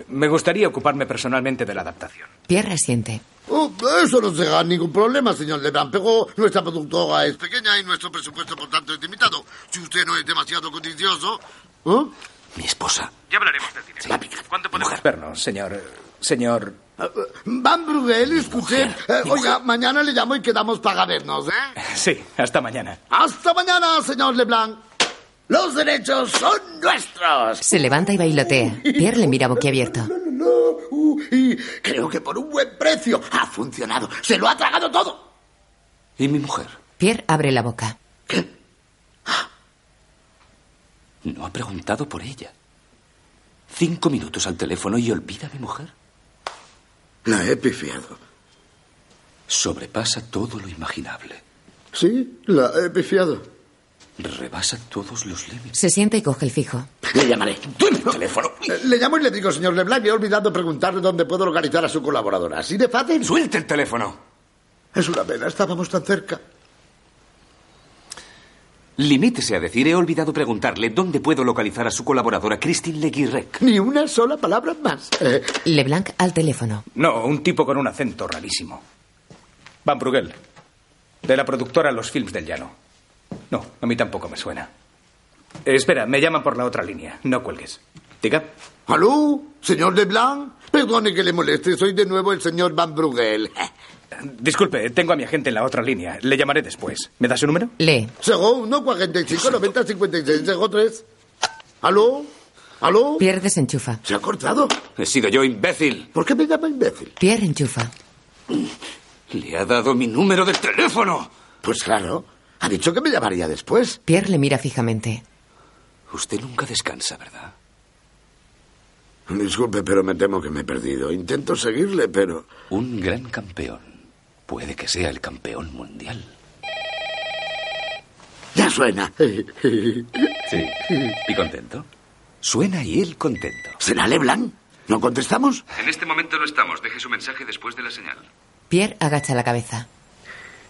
Speaker 17: Me gustaría ocuparme personalmente de la adaptación.
Speaker 2: Pierre resiente.
Speaker 8: Oh, eso no será ningún problema, señor Leblanc, pero nuestra productora es pequeña y nuestro presupuesto,
Speaker 7: ¿Eh?
Speaker 8: por tanto, es limitado. Si usted no es demasiado codicioso... ¿eh?
Speaker 7: Mi esposa.
Speaker 15: Ya hablaremos del dinero. ¿Cuánto podemos?
Speaker 17: Vernos, señor. eh, Señor.
Speaker 7: eh,
Speaker 8: Van Bruegel, escuché. Eh, oiga, mañana le llamo y quedamos para vernos, ¿eh?
Speaker 17: Sí, hasta mañana.
Speaker 8: Hasta mañana, señor Leblanc. Los derechos son nuestros.
Speaker 2: Se levanta y bailotea. Pierre le mira boquiabierto.
Speaker 8: No, no, no. Uh, y creo que por un buen precio ha funcionado. Se lo ha tragado todo.
Speaker 7: ¿Y mi mujer?
Speaker 2: Pierre abre la boca.
Speaker 7: No ha preguntado por ella. Cinco minutos al teléfono y olvida a mi mujer.
Speaker 8: La he pifiado.
Speaker 7: Sobrepasa todo lo imaginable.
Speaker 8: Sí, la he pifiado.
Speaker 7: Rebasa todos los límites.
Speaker 2: Se sienta y coge el fijo.
Speaker 8: Le llamaré.
Speaker 7: ¡Duerme el teléfono!
Speaker 8: Le llamo y le digo, señor Leblanc, me he olvidado preguntarle dónde puedo localizar a su colaboradora. Así de fácil.
Speaker 7: ¡Suelte el teléfono!
Speaker 8: Es una pena, estábamos tan cerca.
Speaker 7: Limítese a decir, he olvidado preguntarle dónde puedo localizar a su colaboradora, Christine Leguirec.
Speaker 8: Ni una sola palabra más. Eh,
Speaker 2: Leblanc al teléfono.
Speaker 17: No, un tipo con un acento rarísimo. Van Bruegel, de la productora Los Films del Llano. No, a mí tampoco me suena. Eh, espera, me llaman por la otra línea. No cuelgues. Diga.
Speaker 8: ¿Aló, señor Leblanc? Perdone que le moleste, soy de nuevo el señor Van Bruegel.
Speaker 17: Disculpe, tengo a mi agente en la otra línea. Le llamaré después. ¿Me da su número?
Speaker 2: Lee.
Speaker 8: Segó 1, 45, 90, 56, Segó 3. ¿Aló? ¿Aló?
Speaker 2: Pierre desenchufa.
Speaker 8: ¿Se ha cortado?
Speaker 7: He sido yo, imbécil.
Speaker 8: ¿Por qué me llama imbécil?
Speaker 2: Pierre enchufa.
Speaker 7: Le ha dado mi número de teléfono.
Speaker 8: Pues claro, ha dicho que me llamaría después.
Speaker 2: Pierre le mira fijamente.
Speaker 7: Usted nunca descansa, ¿verdad?
Speaker 8: Disculpe, pero me temo que me he perdido. Intento seguirle, pero...
Speaker 7: Un gran campeón Puede que sea el campeón mundial.
Speaker 8: Ya suena.
Speaker 7: Sí. ¿Y contento? Suena y él contento.
Speaker 8: ¿Será Leblanc? ¿No contestamos?
Speaker 15: En este momento no estamos. Deje su mensaje después de la señal.
Speaker 2: Pierre agacha la cabeza.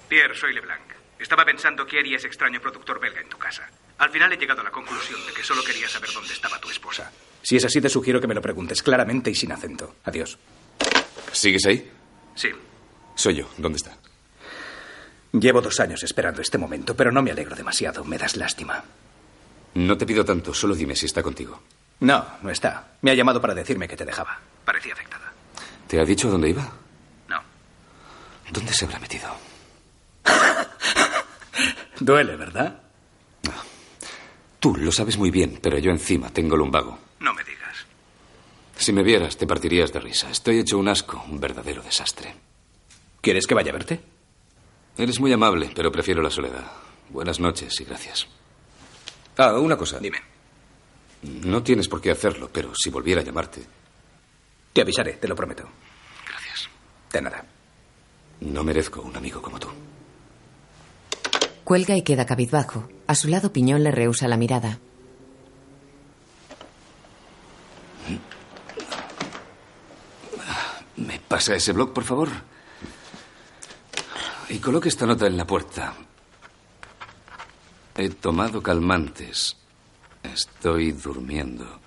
Speaker 15: Pierre, soy LeBlanc. Estaba pensando qué haría ese extraño productor belga en tu casa. Al final he llegado a la conclusión de que solo quería saber dónde estaba tu esposa.
Speaker 17: Si es así, te sugiero que me lo preguntes claramente y sin acento. Adiós.
Speaker 7: ¿Sigues ahí?
Speaker 15: Sí.
Speaker 7: Soy yo. ¿Dónde está?
Speaker 17: Llevo dos años esperando este momento, pero no me alegro demasiado. Me das lástima.
Speaker 7: No te pido tanto, solo dime si está contigo.
Speaker 17: No, no está. Me ha llamado para decirme que te dejaba.
Speaker 15: Parecía afectada.
Speaker 7: ¿Te ha dicho dónde iba?
Speaker 15: No.
Speaker 7: ¿Dónde se habrá metido?
Speaker 17: Duele, ¿verdad?
Speaker 7: Tú lo sabes muy bien, pero yo encima tengo lumbago.
Speaker 15: No me digas.
Speaker 7: Si me vieras, te partirías de risa. Estoy hecho un asco, un verdadero desastre.
Speaker 17: ¿Quieres que vaya a verte?
Speaker 7: Eres muy amable, pero prefiero la soledad. Buenas noches y gracias. Ah, una cosa.
Speaker 17: Dime.
Speaker 7: No tienes por qué hacerlo, pero si volviera a llamarte.
Speaker 17: Te avisaré, te lo prometo.
Speaker 7: Gracias.
Speaker 17: De nada.
Speaker 7: No merezco un amigo como tú.
Speaker 2: Cuelga y queda cabizbajo. A su lado, Piñón le rehúsa la mirada.
Speaker 7: ¿Me pasa ese blog, por favor? Y coloque esta nota en la puerta. He tomado calmantes. Estoy durmiendo.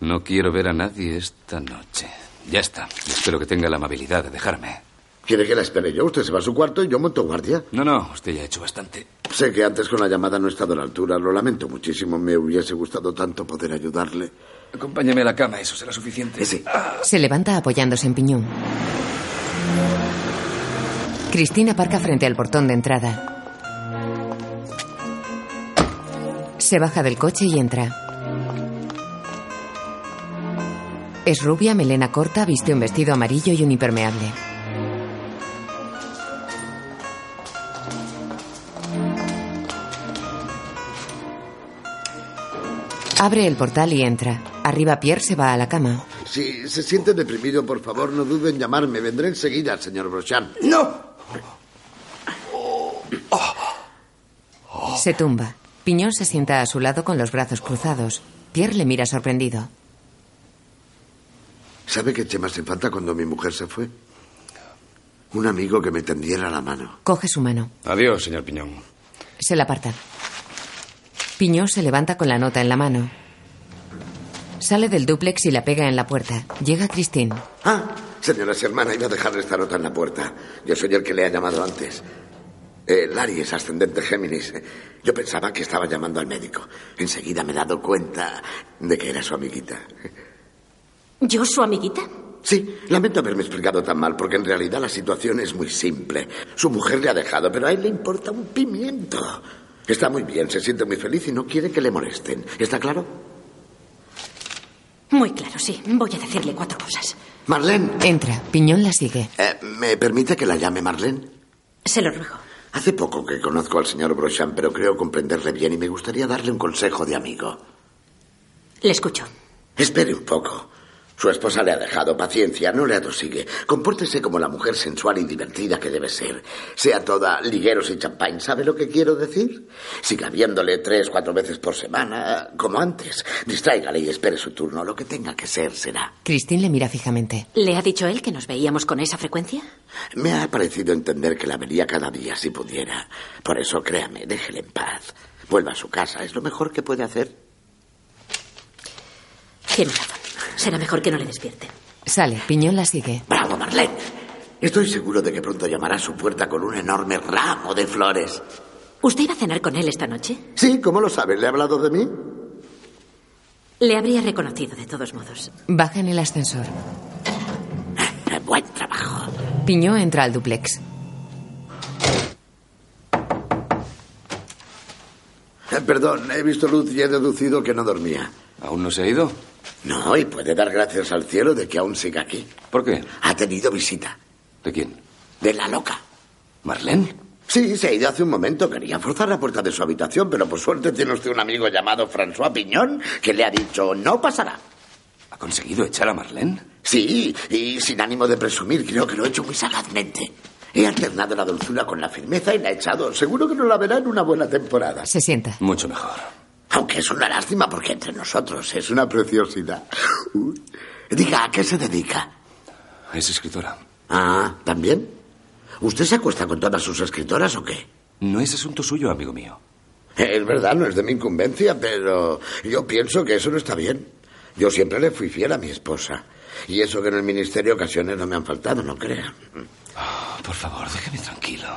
Speaker 7: No quiero ver a nadie esta noche. Ya está. Espero que tenga la amabilidad de dejarme.
Speaker 8: ¿Quiere que la espere yo? Usted se va a su cuarto y yo monto guardia.
Speaker 7: No, no, usted ya ha hecho bastante.
Speaker 8: Sé que antes con la llamada no he estado a la altura. Lo lamento muchísimo. Me hubiese gustado tanto poder ayudarle.
Speaker 7: Acompáñame a la cama, eso será suficiente.
Speaker 8: Sí.
Speaker 2: Se levanta apoyándose en Piñón. Cristina aparca frente al portón de entrada. Se baja del coche y entra. Es rubia, melena corta, viste un vestido amarillo y un impermeable. Abre el portal y entra. Arriba Pierre se va a la cama.
Speaker 8: Si se siente deprimido, por favor, no duden en llamarme. Vendré enseguida, señor Brochan.
Speaker 6: ¡No!
Speaker 2: Se tumba. Piñón se sienta a su lado con los brazos cruzados. Pierre le mira sorprendido.
Speaker 8: ¿Sabe qué eché más en falta cuando mi mujer se fue? Un amigo que me tendiera la mano.
Speaker 2: Coge su mano.
Speaker 7: Adiós, señor Piñón.
Speaker 2: Se la aparta. Piñón se levanta con la nota en la mano. Sale del dúplex y la pega en la puerta. Llega Christine.
Speaker 8: Ah, señora, su hermana iba a dejar esta nota en la puerta. Yo soy el que le ha llamado antes. El Aries, ascendente Géminis. Eh, Yo pensaba que estaba llamando al médico. Enseguida me he dado cuenta de que era su amiguita.
Speaker 16: ¿Yo, su amiguita?
Speaker 8: Sí, lamento haberme explicado tan mal, porque en realidad la situación es muy simple. Su mujer le ha dejado, pero a él le importa un pimiento. Está muy bien, se siente muy feliz y no quiere que le molesten. ¿Está claro?
Speaker 16: Muy claro, sí. Voy a decirle cuatro cosas.
Speaker 8: Marlene.
Speaker 2: Entra. Piñón la sigue.
Speaker 8: Eh, ¿Me permite que la llame Marlene?
Speaker 16: Se lo ruego.
Speaker 8: Hace poco que conozco al señor Brochamp, pero creo comprenderle bien y me gustaría darle un consejo de amigo.
Speaker 16: Le escucho.
Speaker 8: Espere un poco. Su esposa le ha dejado paciencia, no le atosigue. Compórtese como la mujer sensual y divertida que debe ser. Sea toda ligueros y champán, ¿sabe lo que quiero decir? Siga viéndole tres, cuatro veces por semana, como antes. Distráigale y espere su turno. Lo que tenga que ser, será.
Speaker 2: Christine le mira fijamente.
Speaker 16: ¿Le ha dicho él que nos veíamos con esa frecuencia?
Speaker 8: Me ha parecido entender que la vería cada día si pudiera. Por eso, créame, déjele en paz. Vuelva a su casa, es lo mejor que puede hacer.
Speaker 16: Tiene razón. Será mejor que no le despierte.
Speaker 2: Sale. Piñón la sigue.
Speaker 8: Bravo, Marlene. Estoy seguro de que pronto llamará a su puerta con un enorme ramo de flores.
Speaker 16: ¿Usted iba a cenar con él esta noche?
Speaker 8: Sí, ¿cómo lo sabe? ¿Le ha hablado de mí?
Speaker 16: Le habría reconocido, de todos modos.
Speaker 2: Baja en el ascensor.
Speaker 8: Buen trabajo.
Speaker 2: Piñón entra al duplex.
Speaker 8: Eh, Perdón, he visto luz y he deducido que no dormía.
Speaker 7: ¿Aún no se ha ido?
Speaker 8: No, y puede dar gracias al cielo de que aún siga aquí.
Speaker 7: ¿Por qué?
Speaker 8: Ha tenido visita.
Speaker 7: ¿De quién?
Speaker 8: De la loca.
Speaker 7: ¿Marlene?
Speaker 8: Sí, se ha ido hace un momento. Quería forzar la puerta de su habitación, pero por suerte tiene usted un amigo llamado François Piñón que le ha dicho no pasará.
Speaker 7: ¿Ha conseguido echar a Marlene?
Speaker 8: Sí, y sin ánimo de presumir, creo que lo he hecho muy sagazmente. He alternado la dulzura con la firmeza y la he echado. Seguro que no la verá en una buena temporada.
Speaker 2: Se sienta.
Speaker 7: Mucho mejor.
Speaker 8: Aunque es una lástima porque entre nosotros es una preciosidad. Uy. Diga, ¿a qué se dedica?
Speaker 7: Es escritora.
Speaker 8: Ah, ¿también? ¿Usted se acuesta con todas sus escritoras o qué?
Speaker 7: No es asunto suyo, amigo mío.
Speaker 8: Es verdad, no es de mi incumbencia, pero yo pienso que eso no está bien. Yo siempre le fui fiel a mi esposa. Y eso que en el ministerio ocasiones no me han faltado, no crea.
Speaker 7: Oh, por favor, déjeme tranquilo.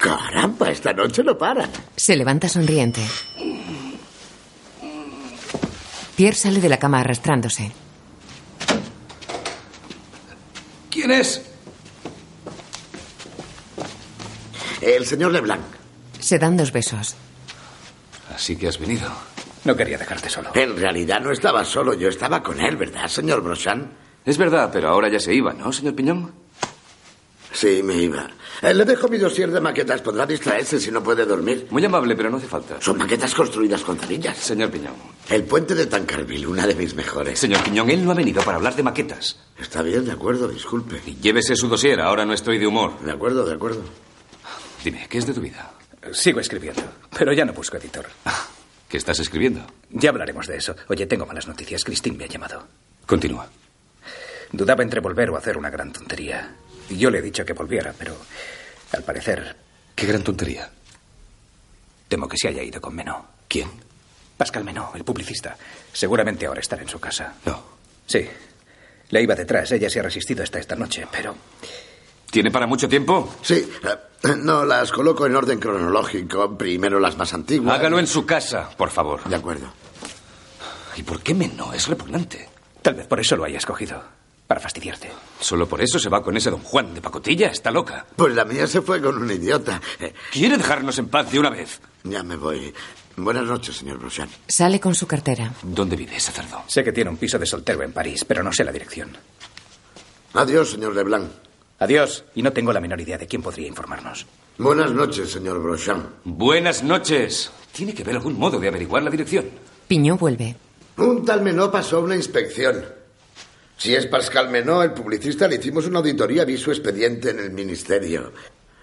Speaker 8: Caramba, esta noche no paran.
Speaker 2: Se levanta sonriente. Pierre sale de la cama arrastrándose.
Speaker 6: ¿Quién es?
Speaker 8: El señor Leblanc.
Speaker 2: Se dan dos besos.
Speaker 7: Así que has venido.
Speaker 17: No quería dejarte solo.
Speaker 8: En realidad no estaba solo, yo estaba con él, ¿verdad, señor Brochan?
Speaker 7: Es verdad, pero ahora ya se iba, ¿no, señor Piñón?
Speaker 8: Sí, me iba. Eh, Le dejo mi dossier de maquetas, podrá distraerse si no puede dormir.
Speaker 7: Muy amable, pero no hace falta.
Speaker 8: Son maquetas construidas con cerillas.
Speaker 7: Señor Piñón.
Speaker 8: El puente de Tancarville, una de mis mejores.
Speaker 7: Señor Piñón, él no ha venido para hablar de maquetas.
Speaker 8: Está bien, de acuerdo, disculpe.
Speaker 7: Y llévese su dossier, ahora no estoy de humor.
Speaker 8: De acuerdo, de acuerdo.
Speaker 7: Dime, ¿qué es de tu vida?
Speaker 17: Sigo escribiendo, pero ya no busco editor.
Speaker 7: ¿Qué estás escribiendo?
Speaker 17: Ya hablaremos de eso. Oye, tengo malas noticias. Christine me ha llamado.
Speaker 7: Continúa.
Speaker 17: Dudaba entre volver o hacer una gran tontería. Yo le he dicho que volviera, pero al parecer
Speaker 7: Qué gran tontería.
Speaker 17: temo que se haya ido con Menó.
Speaker 7: ¿Quién?
Speaker 17: Pascal Menó, el publicista. Seguramente ahora estará en su casa.
Speaker 7: No.
Speaker 17: Sí. Le iba detrás. Ella se ha resistido hasta esta noche, pero
Speaker 7: ¿Tiene para mucho tiempo?
Speaker 8: Sí, eh, no, las coloco en orden cronológico. Primero las más antiguas.
Speaker 7: Hágalo en su casa, por favor.
Speaker 8: De acuerdo.
Speaker 7: ¿Y por qué Menó? Es repugnante.
Speaker 17: tal vez por eso lo haya escogido. Para fastidiarte.
Speaker 7: Solo por eso se va con ese don Juan de pacotilla. Está loca.
Speaker 8: Pues la mía se fue con un idiota. Eh,
Speaker 7: ¿Quiere dejarnos en paz de una vez?
Speaker 8: Ya me voy. Buenas noches, señor Brochan.
Speaker 2: Sale con su cartera.
Speaker 7: ¿Dónde vive, cerdo?
Speaker 17: Sé que tiene un piso de soltero en París, pero no sé la dirección.
Speaker 8: Adiós, señor Leblanc.
Speaker 17: Adiós. Y no tengo la menor idea de quién podría informarnos.
Speaker 8: Buenas noches, señor Brochan.
Speaker 7: Buenas noches. Tiene que haber algún modo de averiguar la dirección.
Speaker 2: Piñó vuelve.
Speaker 8: Un tal Menó pasó una inspección. Si es Pascal Menó, el publicista, le hicimos una auditoría, vi su expediente en el ministerio.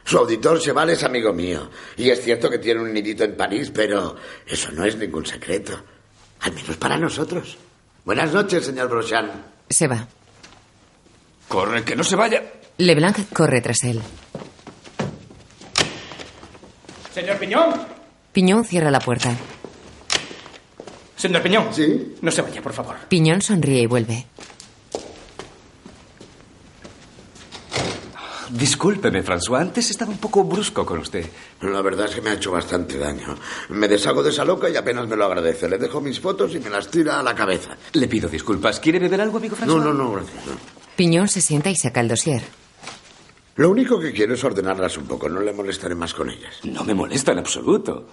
Speaker 8: Su auditor Cheval es amigo mío. Y es cierto que tiene un nidito en París, pero eso no es ningún secreto. Al menos para nosotros. Buenas noches, señor Brochan.
Speaker 2: Se va.
Speaker 7: Corre, que no se vaya.
Speaker 2: Leblanc corre tras él.
Speaker 17: Señor Piñón.
Speaker 2: Piñón cierra la puerta.
Speaker 17: Señor Piñón.
Speaker 8: ¿Sí?
Speaker 17: No se vaya, por favor.
Speaker 2: Piñón sonríe y vuelve.
Speaker 7: Discúlpeme, François. Antes estaba un poco brusco con usted.
Speaker 8: La verdad es que me ha hecho bastante daño. Me deshago de esa loca y apenas me lo agradece. Le dejo mis fotos y me las tira a la cabeza.
Speaker 7: Le pido disculpas. ¿Quiere beber algo, amigo François?
Speaker 8: No, no, no, gracias. no.
Speaker 2: Piñón se sienta y saca el dossier.
Speaker 8: Lo único que quiero es ordenarlas un poco. No le molestaré más con ellas.
Speaker 7: No me molesta en absoluto.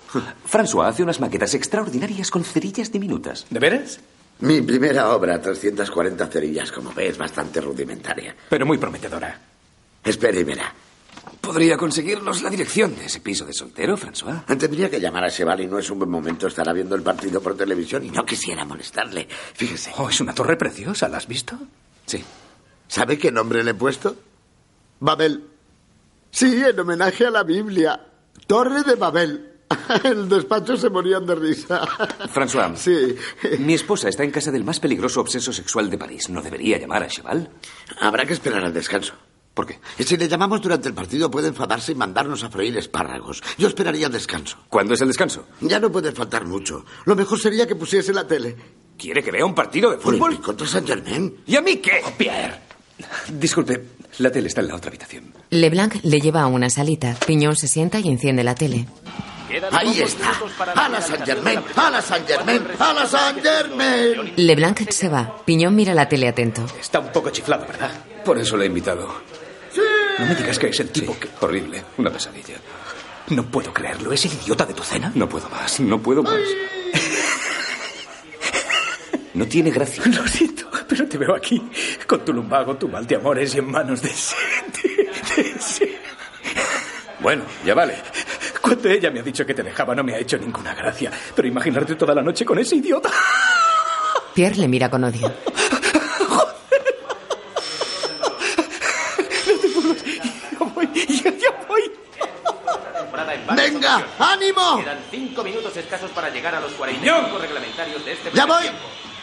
Speaker 7: François hace unas maquetas extraordinarias con cerillas diminutas.
Speaker 17: ¿De veras?
Speaker 8: Mi primera obra, 340 cerillas, como ve, es bastante rudimentaria.
Speaker 17: Pero muy prometedora.
Speaker 8: Espere y verá.
Speaker 7: ¿Podría conseguirnos la dirección de ese piso de soltero, François?
Speaker 8: Tendría que llamar a Sebal y no es un buen momento. Estará viendo el partido por televisión y no quisiera molestarle. Fíjese.
Speaker 17: Oh, es una torre preciosa. ¿La has visto?
Speaker 7: Sí.
Speaker 8: ¿Sabe qué nombre le he puesto? Babel. Sí, en homenaje a la Biblia. Torre de Babel. El despacho se morían de risa.
Speaker 7: François.
Speaker 8: Sí.
Speaker 7: Mi esposa está en casa del más peligroso obseso sexual de París. ¿No debería llamar a Cheval?
Speaker 8: Habrá que esperar al descanso. Eh,
Speaker 7: ¿Por qué?
Speaker 8: Si le llamamos durante el partido puede enfadarse y mandarnos a freír espárragos. Yo esperaría al descanso.
Speaker 7: ¿Cuándo es el descanso?
Speaker 8: Ya no puede faltar mucho. Lo mejor sería que pusiese la tele.
Speaker 7: ¿Quiere que vea un partido de
Speaker 8: Olympique
Speaker 7: fútbol?
Speaker 8: contra Saint Germain.
Speaker 7: ¿Y a mí qué?
Speaker 17: Pierre.
Speaker 7: Disculpe, la tele está en la otra habitación.
Speaker 2: Leblanc le lleva a una salita. Piñón se sienta y enciende la tele.
Speaker 8: Ahí está. A la Saint Germain. A la Saint Germain. A la Saint Germain.
Speaker 2: Leblanc se va. Piñón mira la tele atento.
Speaker 17: Está un poco chiflado, ¿verdad?
Speaker 7: Por eso la he invitado.
Speaker 17: No me digas que es el tipo que...
Speaker 7: Horrible, una pesadilla.
Speaker 17: No puedo creerlo. ¿Es el idiota de tu cena?
Speaker 7: No puedo más, no puedo más. No tiene gracia.
Speaker 17: Lo siento, pero te veo aquí con tu lumbago, tu mal de amores y en manos de ese, de- de ese.
Speaker 7: Bueno, ya vale.
Speaker 17: Cuando ella me ha dicho que te dejaba no me ha hecho ninguna gracia, pero imaginarte toda la noche con ese idiota.
Speaker 2: Pierre le mira con odio.
Speaker 8: Venga, ánimo.
Speaker 18: Quedan cinco minutos escasos para llegar a los 45 reglamentarios de este
Speaker 8: ¡Ya
Speaker 18: primer
Speaker 8: voy!
Speaker 18: tiempo.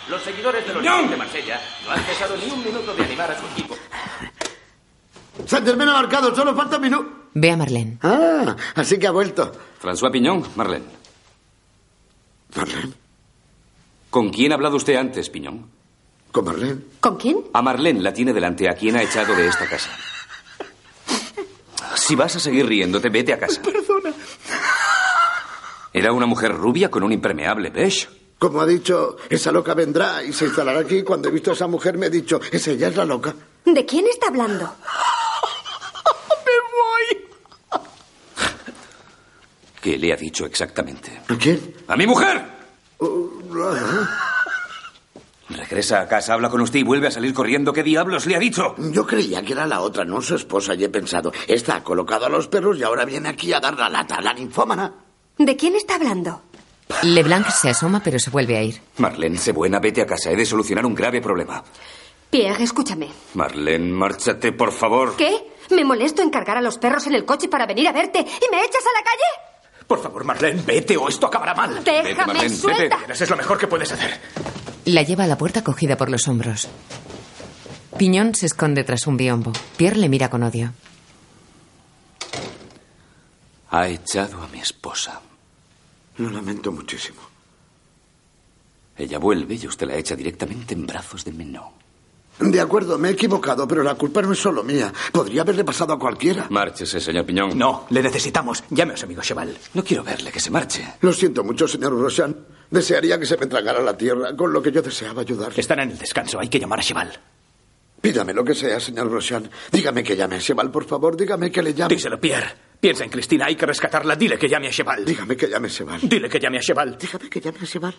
Speaker 18: Los seguidores del
Speaker 8: ¡Piñón!
Speaker 18: Olympique de Marsella no han cesado ni un minuto de animar a su equipo.
Speaker 8: Sanderman ha marcado, solo falta un minuto.
Speaker 2: Ve a Marlene.
Speaker 8: Ah, así que ha vuelto.
Speaker 7: François Piñón, Marlene.
Speaker 8: ¿Marlene?
Speaker 7: ¿Con quién ha hablado usted antes, Piñón?
Speaker 8: Con Marlene.
Speaker 16: ¿Con quién?
Speaker 7: A Marlene la tiene delante, a quien ha echado de esta casa. Si vas a seguir riéndote, vete a casa.
Speaker 8: Perdona.
Speaker 7: Era una mujer rubia con un impermeable beige.
Speaker 8: Como ha dicho, esa loca vendrá y se instalará aquí. Cuando he visto a esa mujer me he dicho, esa ya es la loca.
Speaker 16: ¿De quién está hablando?
Speaker 7: ¿Qué le ha dicho exactamente?
Speaker 8: ¿A quién?
Speaker 7: ¡A mi mujer! Regresa a casa, habla con usted y vuelve a salir corriendo. ¿Qué diablos le ha dicho?
Speaker 8: Yo creía que era la otra, no su esposa, y he pensado, esta ha colocado a los perros y ahora viene aquí a dar la lata, la ninfómana.
Speaker 16: ¿De quién está hablando?
Speaker 2: LeBlanc se asoma pero se vuelve a ir.
Speaker 7: Marlene, sé buena, vete a casa. He de solucionar un grave problema.
Speaker 16: Pierre, escúchame.
Speaker 7: Marlene, márchate, por favor.
Speaker 16: ¿Qué? ¿Me molesto en cargar a los perros en el coche para venir a verte y me echas a la calle?
Speaker 17: Por favor, Marlene, vete o esto acabará mal.
Speaker 16: Déjame, Vete, Marlene, vete. suelta.
Speaker 17: Es lo mejor que puedes hacer.
Speaker 2: La lleva a la puerta cogida por los hombros. Piñón se esconde tras un biombo. Pierre le mira con odio.
Speaker 7: Ha echado a mi esposa.
Speaker 8: Lo lamento muchísimo.
Speaker 7: Ella vuelve y usted la echa directamente en brazos de Menó.
Speaker 8: De acuerdo, me he equivocado, pero la culpa no es solo mía. Podría haberle pasado a cualquiera.
Speaker 7: Márchese, señor Piñón.
Speaker 17: No, le necesitamos. Llame a su amigo Cheval.
Speaker 7: No quiero verle que se marche.
Speaker 8: Lo siento mucho, señor Roshan. Desearía que se me tragara la tierra, con lo que yo deseaba ayudarle.
Speaker 17: Están en el descanso, hay que llamar a Cheval.
Speaker 8: Pídame lo que sea, señor Roshan. Dígame que llame a Cheval, por favor. Dígame que le llame.
Speaker 17: Díselo, Pierre. Piensa en Cristina, hay que rescatarla. Dile que llame a Cheval.
Speaker 8: Dígame que llame a Cheval.
Speaker 17: Dile que llame a Cheval.
Speaker 8: Dígame que llame a Cheval.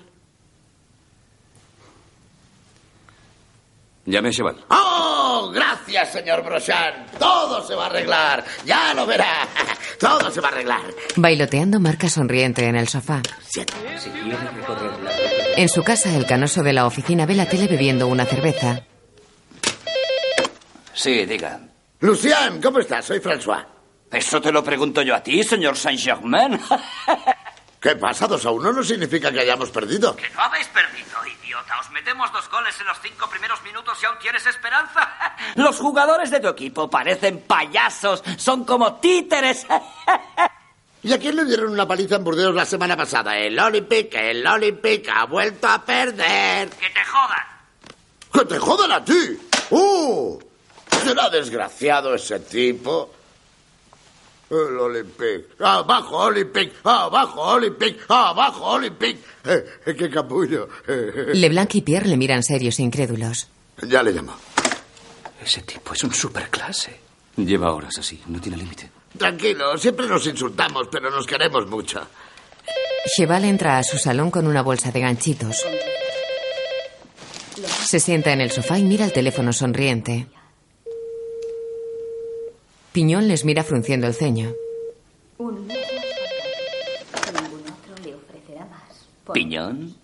Speaker 7: Llame a Cheval.
Speaker 8: ¡Oh! Gracias, señor Brochan. Todo se va a arreglar. Ya lo verá. Todo se va a arreglar.
Speaker 2: Bailoteando marca sonriente en el sofá.
Speaker 18: Si quiere recorrer la...
Speaker 2: En su casa, el canoso de la oficina ve la tele bebiendo una cerveza.
Speaker 18: Sí, diga.
Speaker 8: Lucian, ¿cómo estás? Soy François.
Speaker 18: Eso te lo pregunto yo a ti, señor Saint-Germain.
Speaker 8: ¿Qué pasa? Dos a uno no significa que hayamos perdido.
Speaker 18: No habéis perdido, idiota. Os metemos dos goles en los cinco primeros minutos y aún tienes esperanza. Los jugadores de tu equipo parecen payasos. Son como títeres.
Speaker 8: ¿Y a quién le dieron una paliza en Burdeos la semana pasada? El Olympique, el Olympique ha vuelto a perder.
Speaker 18: ¡Que te jodan!
Speaker 8: ¡Que te jodan a ti! ¡Uh! Será desgraciado ese tipo. El Olympique. ¡Abajo, Olympique! ¡Abajo, Olympique! ¡Abajo, Olympique! Eh, eh, ¡Qué capullo! Eh, eh, eh.
Speaker 2: LeBlanc y Pierre le miran serios e incrédulos.
Speaker 8: Ya le llamo.
Speaker 7: Ese tipo es un superclase. Lleva horas así, no tiene límite.
Speaker 8: Tranquilo, siempre nos insultamos, pero nos queremos mucho.
Speaker 2: Cheval entra a su salón con una bolsa de ganchitos. Se sienta en el sofá y mira el teléfono sonriente. Piñón les mira frunciendo el ceño.
Speaker 13: Un mes más falta. Ningún otro le ofrecerá más. Por-
Speaker 18: Piñón.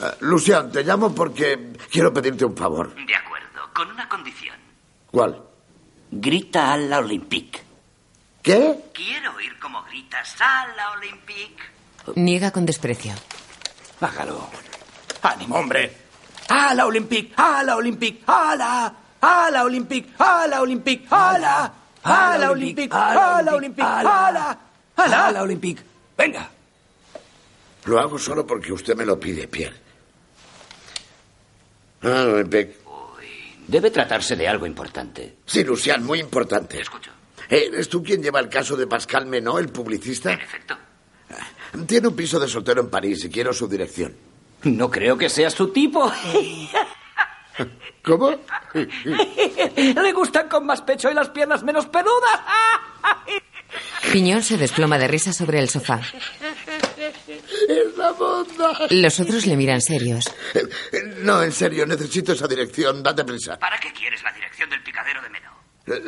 Speaker 8: Eh, Lucian, te llamo porque quiero pedirte un favor.
Speaker 18: De acuerdo, con una condición.
Speaker 8: ¿Cuál?
Speaker 18: Grita a la Olympique.
Speaker 8: ¿Qué?
Speaker 18: Quiero oír cómo gritas a la Olympique.
Speaker 2: Niega con desprecio.
Speaker 17: Hágalo. Ánimo, hombre. A la Olympic, a la Olympic, a la, a la Olympic, a la Olympic, a la, a la Olympic, a la Olympic, a la, a la, a la Olympic. Venga.
Speaker 8: Lo hago solo porque usted me lo pide, Pierre. Ah, Olympique.
Speaker 18: Debe tratarse de algo importante.
Speaker 8: Sí, Lucian, muy importante. Escucho. ¿Eres tú quien lleva el caso de Pascal Menot, el publicista? En
Speaker 18: efecto.
Speaker 8: Tiene un piso de soltero en París y quiero su dirección.
Speaker 18: No creo que sea su tipo.
Speaker 8: ¿Cómo?
Speaker 18: Le gustan con más pecho y las piernas menos peludas.
Speaker 2: Piñón se desploma de risa sobre el sofá.
Speaker 8: ¡Es la bondad!
Speaker 2: Los otros le miran serios.
Speaker 8: No, en serio, necesito esa dirección. Date prisa.
Speaker 18: ¿Para qué quieres la dirección del picadero de Meno?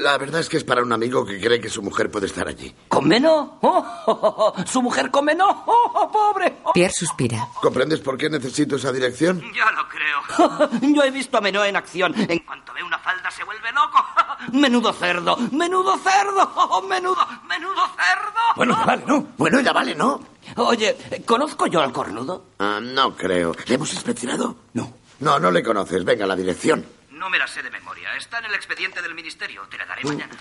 Speaker 8: La verdad es que es para un amigo que cree que su mujer puede estar allí.
Speaker 18: ¿Con Meno? Oh, oh, oh, ¿Su mujer con Meno? Oh, oh, pobre! Oh.
Speaker 2: Pierre suspira.
Speaker 8: ¿Comprendes por qué necesito esa dirección?
Speaker 18: Ya lo creo. Yo he visto a Menó en acción. En cuanto ve una falda se vuelve loco. Menudo cerdo, menudo cerdo, menudo, menudo cerdo.
Speaker 17: Bueno, ya vale, ¿no?
Speaker 8: Bueno, ya vale, ¿no?
Speaker 18: Oye, ¿conozco yo al cornudo?
Speaker 8: Ah, no creo. ¿Le hemos inspeccionado?
Speaker 17: No.
Speaker 8: No, no le conoces. Venga, la dirección.
Speaker 15: No me la sé de memoria. Está en el expediente del ministerio. Te la daré mañana.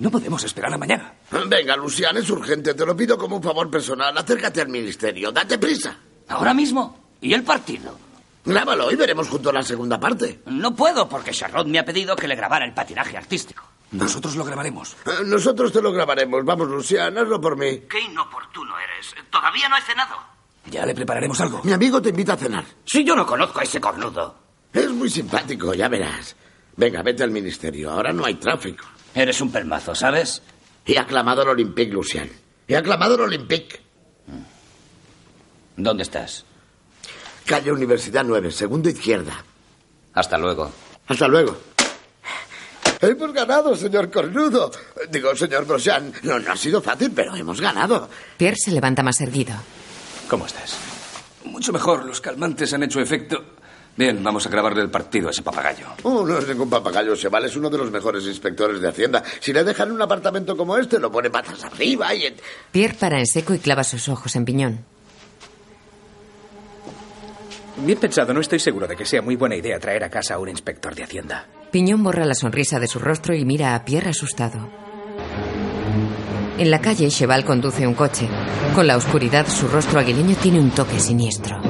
Speaker 17: No podemos esperar a mañana.
Speaker 8: Venga, Lucian, es urgente. Te lo pido como un favor personal. Acércate al ministerio. Date prisa.
Speaker 18: ¿Ahora mismo? ¿Y el partido?
Speaker 8: Grábalo y veremos junto la segunda parte.
Speaker 18: No puedo porque Charlotte me ha pedido que le grabara el patinaje artístico.
Speaker 17: Nosotros lo grabaremos.
Speaker 8: Eh, Nosotros te lo grabaremos. Vamos, Lucian, hazlo por mí.
Speaker 15: Qué inoportuno eres. Todavía no he cenado.
Speaker 17: Ya le prepararemos algo.
Speaker 8: Mi amigo te invita a cenar.
Speaker 18: Si yo no conozco a ese cornudo.
Speaker 8: Es muy simpático, ya verás. Venga, vete al ministerio. Ahora no hay tráfico.
Speaker 18: Eres un pelmazo, ¿sabes?
Speaker 8: He aclamado al Olympique, Lucian. He aclamado al Olympique.
Speaker 18: ¿Dónde estás?
Speaker 8: Calle Universidad 9, segundo izquierda.
Speaker 18: Hasta luego.
Speaker 8: Hasta luego. Hemos ganado, señor Cornudo. Digo, señor Grosjean, no, no ha sido fácil, pero hemos ganado.
Speaker 2: Pierre se levanta más erguido.
Speaker 17: ¿Cómo estás?
Speaker 7: Mucho mejor, los calmantes han hecho efecto. Bien, vamos a grabarle el partido a ese papagayo.
Speaker 8: Oh, no es ningún papagayo, se vale, es uno de los mejores inspectores de Hacienda. Si le dejan un apartamento como este, lo pone patas arriba y... en-
Speaker 2: Pierre para en seco y clava sus ojos en Piñón.
Speaker 17: Bien pensado, no estoy seguro de que sea muy buena idea traer a casa a un inspector de Hacienda.
Speaker 2: Piñón borra la sonrisa de su rostro y mira a Pierre asustado. En la calle, Cheval conduce un coche. Con la oscuridad, su rostro aguileño tiene un toque siniestro.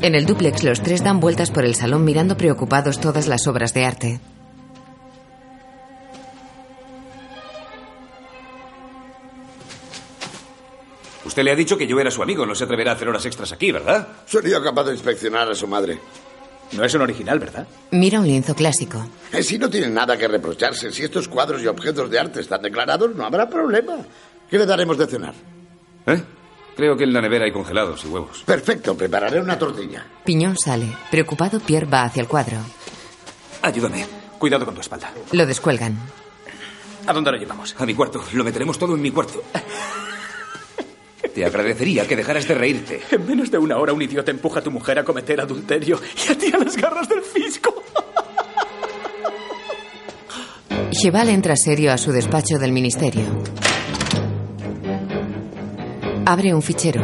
Speaker 2: En el dúplex, los tres dan vueltas por el salón mirando preocupados todas las obras de arte.
Speaker 7: Usted le ha dicho que yo era su amigo, no se atreverá a hacer horas extras aquí, ¿verdad?
Speaker 8: Sería capaz de inspeccionar a su madre.
Speaker 17: No es un original, ¿verdad?
Speaker 2: Mira un lienzo clásico.
Speaker 8: Eh, Si no tiene nada que reprocharse, si estos cuadros y objetos de arte están declarados, no habrá problema. ¿Qué le daremos de cenar?
Speaker 7: ¿Eh? Creo que en la nevera hay congelados y huevos.
Speaker 8: Perfecto, prepararé una tortilla.
Speaker 2: Piñón sale. Preocupado, Pierre va hacia el cuadro.
Speaker 7: Ayúdame. Cuidado con tu espalda.
Speaker 2: Lo descuelgan.
Speaker 7: ¿A dónde lo llevamos? A mi cuarto. Lo meteremos todo en mi cuarto. Te agradecería que dejaras de reírte.
Speaker 17: En menos de una hora un idiota empuja a tu mujer a cometer adulterio y a ti a las garras del fisco.
Speaker 2: Cheval entra serio a su despacho del ministerio. Abre un fichero.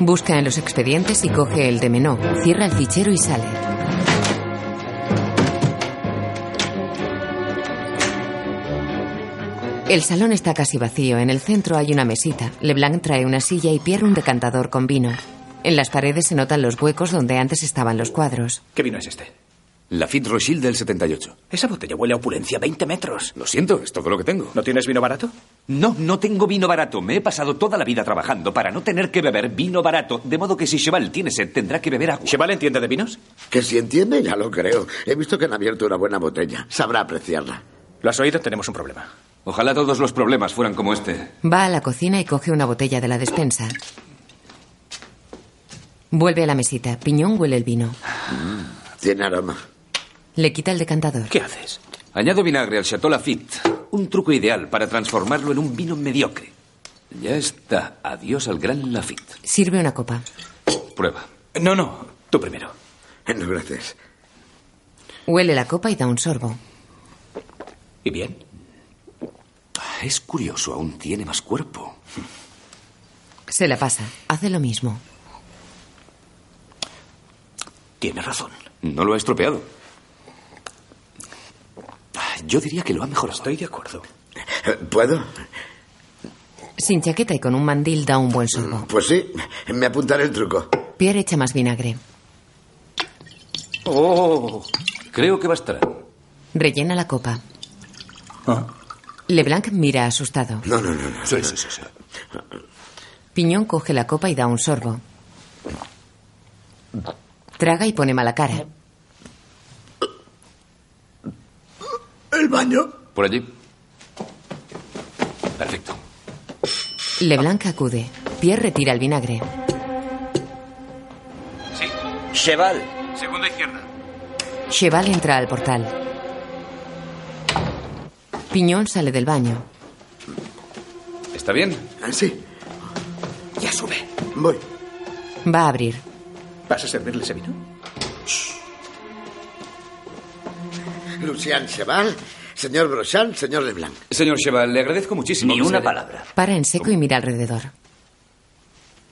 Speaker 2: Busca en los expedientes y coge el de Menó. Cierra el fichero y sale. El salón está casi vacío. En el centro hay una mesita. Leblanc trae una silla y Pierre un decantador con vino. En las paredes se notan los huecos donde antes estaban los cuadros.
Speaker 17: ¿Qué vino es este?
Speaker 7: La Fit Rochil del 78.
Speaker 17: Esa botella huele a opulencia 20 metros.
Speaker 7: Lo siento, es todo lo que tengo.
Speaker 17: ¿No tienes vino barato?
Speaker 7: No, no tengo vino barato. Me he pasado toda la vida trabajando para no tener que beber vino barato. De modo que si Cheval tiene sed, tendrá que beber agua.
Speaker 17: ¿Cheval entiende de vinos?
Speaker 8: Que si entiende, ya lo creo. He visto que han abierto una buena botella. Sabrá apreciarla.
Speaker 17: ¿Lo has oído? Tenemos un problema.
Speaker 7: Ojalá todos los problemas fueran como este.
Speaker 2: Va a la cocina y coge una botella de la despensa. Vuelve a la mesita. Piñón huele el vino.
Speaker 8: Tiene aroma.
Speaker 2: Le quita el decantador.
Speaker 17: ¿Qué haces?
Speaker 7: Añado vinagre al Chateau Lafitte. Un truco ideal para transformarlo en un vino mediocre. Ya está. Adiós al gran Lafitte.
Speaker 2: Sirve una copa.
Speaker 7: Prueba.
Speaker 17: No, no. Tú primero.
Speaker 8: No, gracias.
Speaker 2: Huele la copa y da un sorbo.
Speaker 7: ¿Y bien? Es curioso, aún tiene más cuerpo.
Speaker 2: Se la pasa. Hace lo mismo.
Speaker 7: Tiene razón. No lo ha estropeado. Yo diría que lo ha mejorado.
Speaker 17: Estoy de acuerdo.
Speaker 8: ¿Puedo?
Speaker 2: Sin chaqueta y con un mandil da un buen sorbo.
Speaker 8: Pues sí, me apuntaré el truco.
Speaker 2: Pierre echa más vinagre.
Speaker 7: Oh. Creo que bastará.
Speaker 2: Rellena la copa.
Speaker 17: Ah.
Speaker 2: Leblanc mira asustado.
Speaker 8: No, no, no. no.
Speaker 7: Sí, sí, sí, sí.
Speaker 2: Piñón coge la copa y da un sorbo. Traga y pone mala cara.
Speaker 8: ¿El baño?
Speaker 7: Por allí. Perfecto.
Speaker 2: Leblanc acude. Pierre retira el vinagre.
Speaker 15: Sí.
Speaker 18: Cheval,
Speaker 15: Segunda izquierda.
Speaker 2: Cheval entra al portal. Piñón sale del baño.
Speaker 7: ¿Está bien?
Speaker 8: Ah, Sí,
Speaker 17: Ya sube.
Speaker 8: voy.
Speaker 2: Va a abrir.
Speaker 17: ¿Vas a servirle ese vino?
Speaker 8: Lucian Cheval, señor Brochard, señor Leblanc.
Speaker 7: Señor Cheval, le agradezco muchísimo.
Speaker 8: Ni
Speaker 7: que se
Speaker 8: una
Speaker 7: haya-
Speaker 8: palabra.
Speaker 2: Para en seco y mira alrededor.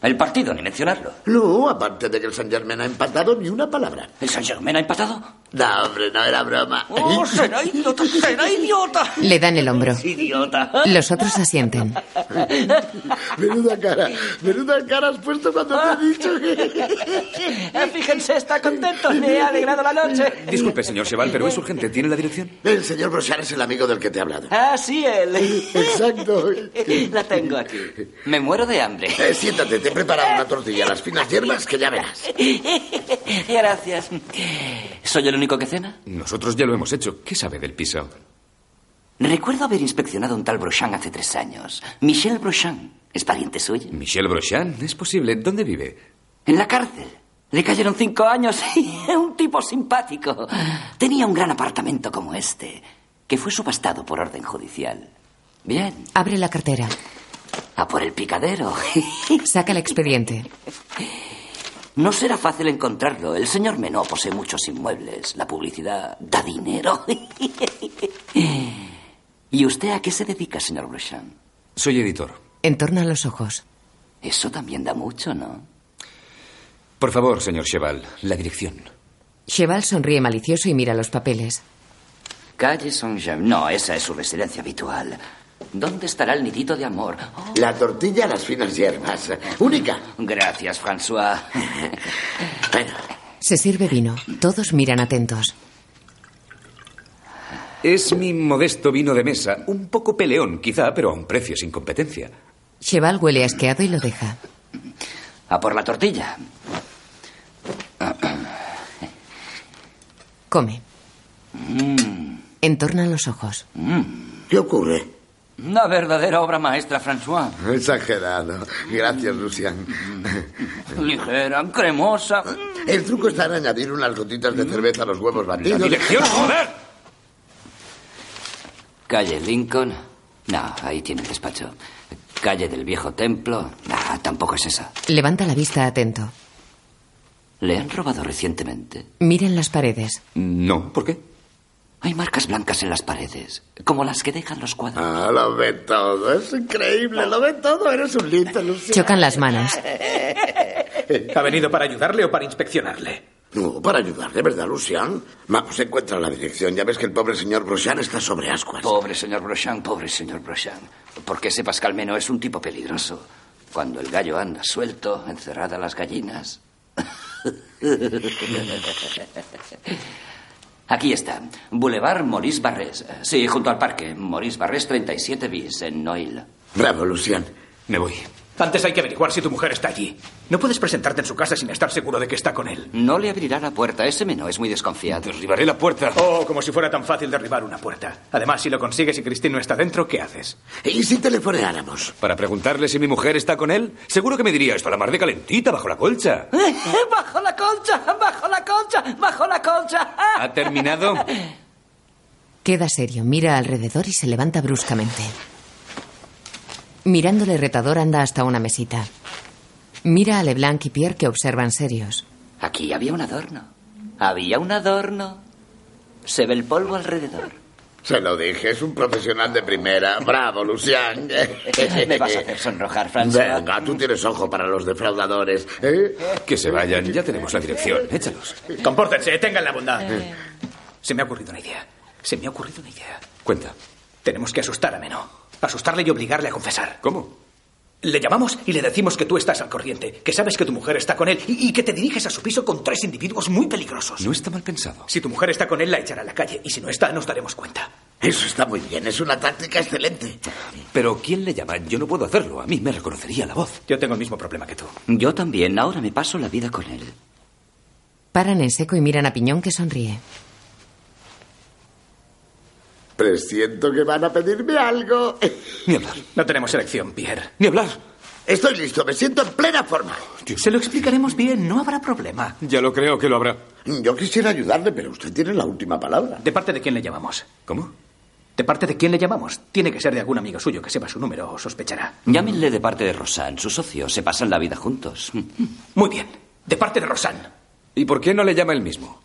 Speaker 8: El partido, ni mencionarlo. No, aparte de que el Saint Germain ha empatado, ni una palabra. ¿El Saint Germain ha empatado? No, hombre, no era broma.
Speaker 18: ¡Oh, será idiota! ¡Será idiota!
Speaker 2: Le dan el hombro.
Speaker 18: ¡Idiota!
Speaker 2: Los otros asienten.
Speaker 8: Menuda cara, menuda cara has puesto cuando te he dicho
Speaker 18: Eh, Fíjense, está contento. Me ha alegrado la noche.
Speaker 7: Disculpe, señor Cheval, pero es urgente. ¿Tiene la dirección?
Speaker 8: El señor Brochard es el amigo del que te he hablado.
Speaker 18: Ah, sí, él.
Speaker 8: Exacto.
Speaker 18: La tengo aquí.
Speaker 8: Me muero de hambre. Eh, siéntate, te he preparado una tortilla, las finas hierbas que ya verás.
Speaker 18: Eh, Gracias.
Speaker 7: ¿Soy el único que cena? Nosotros ya lo hemos hecho. ¿Qué sabe del piso?
Speaker 18: Recuerdo haber inspeccionado un tal Brochamp hace tres años. Michel Brochamp. ¿Es pariente suyo?
Speaker 7: Michel Brochamp, es posible. ¿Dónde vive?
Speaker 18: En la cárcel. Le cayeron cinco años y un tipo simpático. Tenía un gran apartamento como este, que fue subastado por orden judicial. Bien,
Speaker 2: Abre la cartera.
Speaker 18: a por el picadero.
Speaker 2: Saca el expediente.
Speaker 18: No será fácil encontrarlo. El señor Menó posee muchos inmuebles. La publicidad da dinero. ¿Y usted a qué se dedica, señor Breshan?
Speaker 7: Soy editor.
Speaker 2: Entorna los ojos.
Speaker 18: Eso también da mucho, ¿no?
Speaker 7: Por favor, señor Cheval, la dirección.
Speaker 2: Cheval sonríe malicioso y mira los papeles.
Speaker 18: Calle Saint-Germain. No, esa es su residencia habitual. ¿Dónde estará el nidito de amor? Oh.
Speaker 8: La tortilla a las finas hierbas. Única.
Speaker 18: Gracias, François.
Speaker 2: Se sirve vino. Todos miran atentos.
Speaker 7: Es mi modesto vino de mesa. Un poco peleón, quizá, pero a un precio sin competencia.
Speaker 2: Cheval huele asqueado y lo deja.
Speaker 18: A por la tortilla.
Speaker 2: Come. Entorna los ojos.
Speaker 8: Mm. ¿Qué ocurre?
Speaker 18: Una verdadera obra maestra, François.
Speaker 8: Exagerado. Gracias, Lucian.
Speaker 18: Ligera, cremosa.
Speaker 8: El truco está en añadir unas gotitas de cerveza a los huevos batidos.
Speaker 18: dirección, joder! Calle Lincoln. No, ahí tiene el despacho. Calle del Viejo Templo. No, tampoco es esa.
Speaker 2: Levanta la vista atento.
Speaker 18: ¿Le han robado recientemente?
Speaker 2: Miren las paredes.
Speaker 7: No, ¿por qué?
Speaker 18: Hay marcas blancas en las paredes, como las que dejan los cuadros.
Speaker 8: Ah, lo ve todo. Es increíble. Lo ve todo. Eres un lindo, Lucian.
Speaker 2: Chocan las manos.
Speaker 17: ¿Ha venido para ayudarle o para inspeccionarle?
Speaker 8: No, para ayudarle, ¿verdad, Lucian? Ma, pues encuentra la dirección. Ya ves que el pobre señor Brochard está sobre ascuas.
Speaker 18: Pobre señor Brochamp, pobre señor Brochamp. Porque sepas que al menos es un tipo peligroso. Cuando el gallo anda suelto, encerrada las gallinas. Aquí está, Boulevard Maurice Barrés. Sí, junto al parque, Maurice Barrés 37 bis, en Noil.
Speaker 8: Bravo, Lucian.
Speaker 7: Me voy.
Speaker 17: Antes hay que averiguar si tu mujer está allí. No puedes presentarte en su casa sin estar seguro de que está con él.
Speaker 18: No le abrirá la puerta, ese menú es muy desconfiado.
Speaker 17: Derribaré la puerta. Oh, como si fuera tan fácil derribar una puerta. Además, si lo consigues y Cristín no está dentro, ¿qué haces?
Speaker 8: ¿Y si telefoneáramos?
Speaker 7: Para preguntarle si mi mujer está con él, seguro que me diría esto a la mar de calentita, bajo la colcha.
Speaker 18: ¡Bajo la concha! ¡Bajo la concha! ¡Bajo la concha! ¡Ah!
Speaker 7: ¿Ha terminado?
Speaker 2: Queda serio, mira alrededor y se levanta bruscamente. Mirándole retador anda hasta una mesita. Mira a Leblanc y Pierre que observan serios.
Speaker 18: Aquí había un adorno. Había un adorno. Se ve el polvo alrededor.
Speaker 8: Se lo dije, es un profesional de primera. Bravo, Lucian.
Speaker 18: Me vas a hacer sonrojar, François.
Speaker 8: Venga, tú tienes ojo para los defraudadores. ¿eh?
Speaker 7: Que se vayan, ya tenemos la dirección. Échalos.
Speaker 17: Compórtense, tengan la bondad.
Speaker 7: Eh.
Speaker 17: Eh. Se me ha ocurrido una idea. Se me ha ocurrido una idea.
Speaker 7: Cuenta.
Speaker 17: Tenemos que asustar a Meno. Asustarle y obligarle a confesar.
Speaker 7: ¿Cómo?
Speaker 17: Le llamamos y le decimos que tú estás al corriente, que sabes que tu mujer está con él y, y que te diriges a su piso con tres individuos muy peligrosos.
Speaker 7: No está mal pensado.
Speaker 17: Si tu mujer está con él, la echará a la calle y si no está, nos daremos cuenta.
Speaker 8: Eso está muy bien, es una táctica excelente.
Speaker 7: Pero ¿quién le llama? Yo no puedo hacerlo. A mí me reconocería la voz.
Speaker 17: Yo tengo el mismo problema que tú.
Speaker 18: Yo también, ahora me paso la vida con él.
Speaker 2: Paran en seco y miran a Piñón que sonríe.
Speaker 8: Presiento que van a pedirme algo.
Speaker 7: Ni hablar.
Speaker 17: No tenemos elección, Pierre.
Speaker 7: Ni hablar.
Speaker 8: Estoy listo, me siento en plena forma.
Speaker 17: Se lo explicaremos bien, no habrá problema.
Speaker 7: Ya lo creo que lo habrá.
Speaker 8: Yo quisiera ayudarle, pero usted tiene la última palabra.
Speaker 17: ¿De parte de quién le llamamos?
Speaker 7: ¿Cómo?
Speaker 17: ¿De parte de quién le llamamos? Tiene que ser de algún amigo suyo que sepa su número o sospechará.
Speaker 18: Llámenle de parte de Rosan, su socio. Se pasan la vida juntos.
Speaker 17: Muy bien. De parte de Rosan.
Speaker 7: ¿Y por qué no le llama él mismo?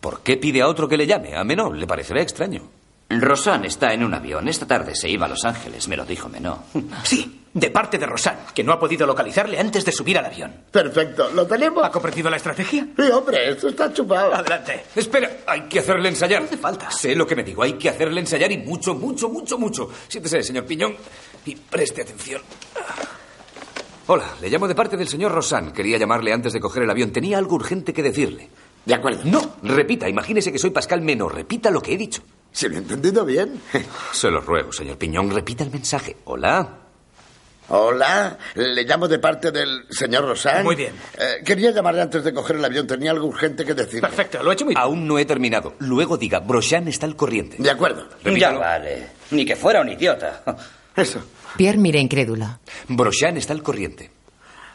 Speaker 7: ¿Por qué pide a otro que le llame? A Menó le parecerá extraño.
Speaker 18: Rosan está en un avión. Esta tarde se iba a Los Ángeles, me lo dijo Menó.
Speaker 17: Sí, de parte de Rosan, que no ha podido localizarle antes de subir al avión.
Speaker 8: Perfecto, lo tenemos.
Speaker 17: ¿Ha comprendido la estrategia?
Speaker 8: Sí, hombre, esto está chupado.
Speaker 17: Adelante. Espera, hay que hacerle ensayar. No hace falta. Sé lo que me digo, hay que hacerle ensayar y mucho, mucho, mucho, mucho. Siéntese, señor Piñón, y preste atención. Hola, le llamo de parte del señor Rosan. Quería llamarle antes de coger el avión. Tenía algo urgente que decirle.
Speaker 8: De acuerdo.
Speaker 17: No, repita, imagínese que soy Pascal Meno. Repita lo que he dicho.
Speaker 8: ¿Se lo he entendido bien?
Speaker 7: Se lo ruego, señor Piñón, repita el mensaje. Hola.
Speaker 8: Hola, le llamo de parte del señor Rosán.
Speaker 17: Muy bien.
Speaker 8: Eh, quería llamarle antes de coger el avión, tenía algo urgente que decir.
Speaker 17: Perfecto, lo he hecho muy bien.
Speaker 7: Aún no he terminado. Luego diga, Broshan está al corriente.
Speaker 8: De acuerdo.
Speaker 7: Repítalo.
Speaker 19: Ya vale. Ni que fuera un idiota.
Speaker 8: Eso.
Speaker 2: Pierre mira incrédulo.
Speaker 7: Broshan está al corriente.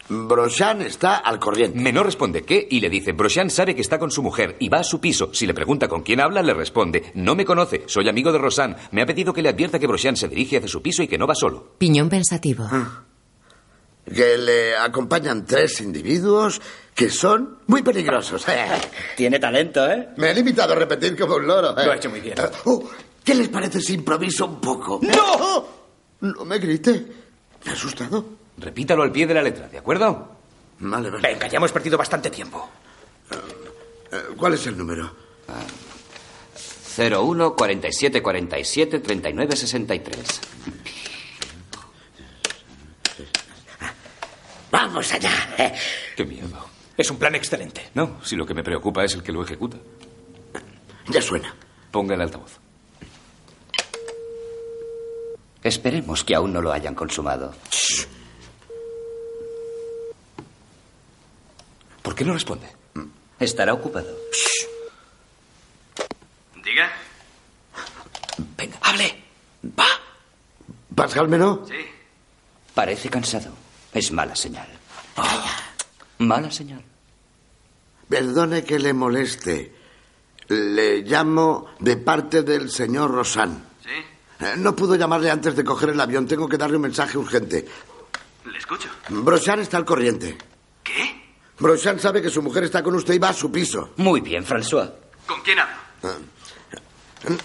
Speaker 8: Broshan está al corriente.
Speaker 7: Menor responde qué y le dice, Broshan sabe que está con su mujer y va a su piso. Si le pregunta con quién habla, le responde, no me conoce, soy amigo de Rosan. Me ha pedido que le advierta que Broshan se dirige hacia su piso y que no va solo.
Speaker 2: Piñón pensativo.
Speaker 8: Ah. Que le acompañan tres individuos que son muy peligrosos.
Speaker 19: Tiene talento, ¿eh?
Speaker 8: Me he limitado a repetir como un loro.
Speaker 17: Lo ha hecho muy bien.
Speaker 8: Uh, ¿Qué les parece si improviso un poco?
Speaker 17: ¡No!
Speaker 8: No me grite. ¿Me ha asustado?
Speaker 7: Repítalo al pie de la letra, ¿de acuerdo?
Speaker 8: Vale, vale.
Speaker 17: Venga, ya hemos perdido bastante tiempo.
Speaker 8: Eh, ¿Cuál es el número?
Speaker 18: Ah. 01 47 47 39 63.
Speaker 8: Vamos allá.
Speaker 7: Qué miedo.
Speaker 17: Es un plan excelente.
Speaker 7: No, si lo que me preocupa es el que lo ejecuta.
Speaker 8: Ya suena.
Speaker 7: Ponga el altavoz.
Speaker 18: Esperemos que aún no lo hayan consumado.
Speaker 7: ¿Por qué no responde?
Speaker 18: Estará ocupado.
Speaker 15: Diga.
Speaker 18: Venga, hable. Va.
Speaker 8: ¿Pascal Menó?
Speaker 15: Sí.
Speaker 18: Parece cansado. Es mala señal. Mala señal.
Speaker 8: Perdone que le moleste. Le llamo de parte del señor Rosán.
Speaker 15: Sí.
Speaker 8: Eh, No pudo llamarle antes de coger el avión. Tengo que darle un mensaje urgente.
Speaker 15: Le escucho.
Speaker 8: Brochan está al corriente.
Speaker 15: ¿Qué?
Speaker 8: Brochan sabe que su mujer está con usted y va a su piso. Ah.
Speaker 18: Muy bien, François.
Speaker 15: ¿Con quién hablo?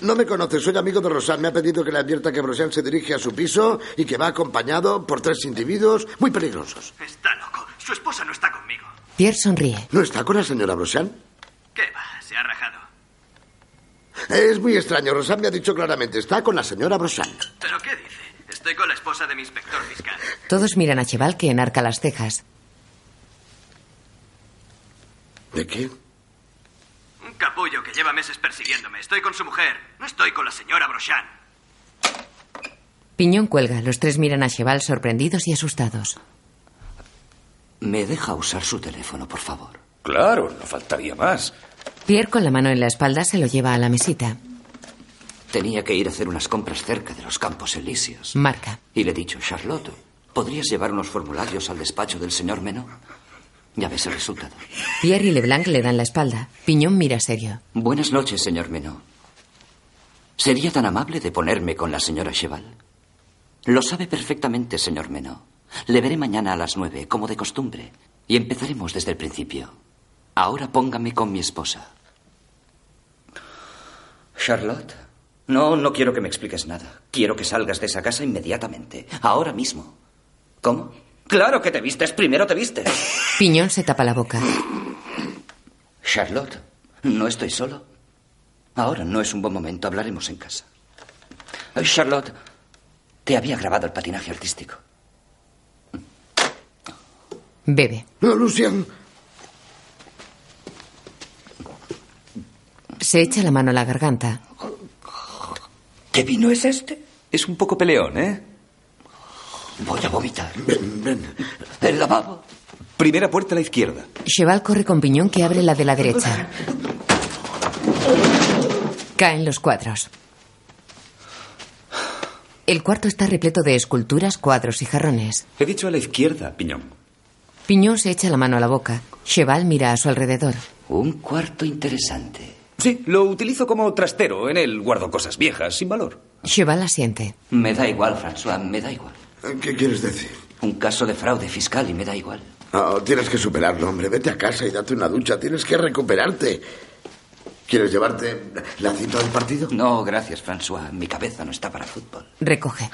Speaker 8: No me conoce, soy amigo de Rosan. Me ha pedido que le advierta que Brosán se dirige a su piso y que va acompañado por tres individuos muy peligrosos.
Speaker 15: Está loco. Su esposa no está conmigo.
Speaker 2: Pierre sonríe.
Speaker 8: ¿No está con la señora Brosán?
Speaker 15: ¿Qué va? Se ha rajado.
Speaker 8: Es muy extraño. Rosan me ha dicho claramente, está con la señora Brosán.
Speaker 15: ¿Pero qué dice? Estoy con la esposa de mi inspector fiscal.
Speaker 2: Todos miran a Cheval que enarca las cejas.
Speaker 8: ¿De qué?
Speaker 15: Un capullo que lleva meses persiguiéndome. Estoy con su mujer. No estoy con la señora Brochan.
Speaker 2: Piñón cuelga. Los tres miran a Cheval sorprendidos y asustados.
Speaker 18: ¿Me deja usar su teléfono, por favor?
Speaker 7: Claro, no faltaría más.
Speaker 2: Pierre con la mano en la espalda se lo lleva a la mesita.
Speaker 18: Tenía que ir a hacer unas compras cerca de los Campos Elíseos.
Speaker 2: Marca.
Speaker 18: Y le he dicho, Charlotte, ¿podrías llevar unos formularios al despacho del señor Menó? Ya ves el resultado.
Speaker 2: Pierre y Leblanc le dan la espalda. Piñón mira serio.
Speaker 18: Buenas noches, señor Menó. ¿Sería tan amable de ponerme con la señora Cheval? Lo sabe perfectamente, señor Menó. Le veré mañana a las nueve, como de costumbre, y empezaremos desde el principio. Ahora póngame con mi esposa. Charlotte, no, no quiero que me expliques nada. Quiero que salgas de esa casa inmediatamente, ahora mismo. ¿Cómo? Claro que te vistes, primero te vistes.
Speaker 2: Piñón se tapa la boca.
Speaker 18: Charlotte, no estoy solo. Ahora no es un buen momento, hablaremos en casa. Eh, Charlotte, te había grabado el patinaje artístico.
Speaker 2: Bebe.
Speaker 8: No, Lucian.
Speaker 2: Se echa la mano a la garganta.
Speaker 18: ¿Qué vino es este?
Speaker 7: Es un poco peleón, ¿eh?
Speaker 18: Voy a vomitar. El lavabo.
Speaker 7: Primera puerta a la izquierda.
Speaker 2: Cheval corre con Piñón que abre la de la derecha. Caen los cuadros. El cuarto está repleto de esculturas, cuadros y jarrones.
Speaker 7: He dicho a la izquierda, Piñón.
Speaker 2: Piñón se echa la mano a la boca. Cheval mira a su alrededor.
Speaker 18: Un cuarto interesante.
Speaker 7: Sí, lo utilizo como trastero. En él guardo cosas viejas, sin valor.
Speaker 2: Cheval asiente.
Speaker 18: Me da igual, François, me da igual.
Speaker 8: ¿Qué quieres decir?
Speaker 18: Un caso de fraude fiscal y me da igual.
Speaker 8: Oh, No, tienes que superarlo, hombre. Vete a casa y date una ducha. Tienes que recuperarte. ¿Quieres llevarte la cita del partido?
Speaker 18: No, Oh, gracias, François. Mi cabeza no está para fútbol.
Speaker 2: Recoge.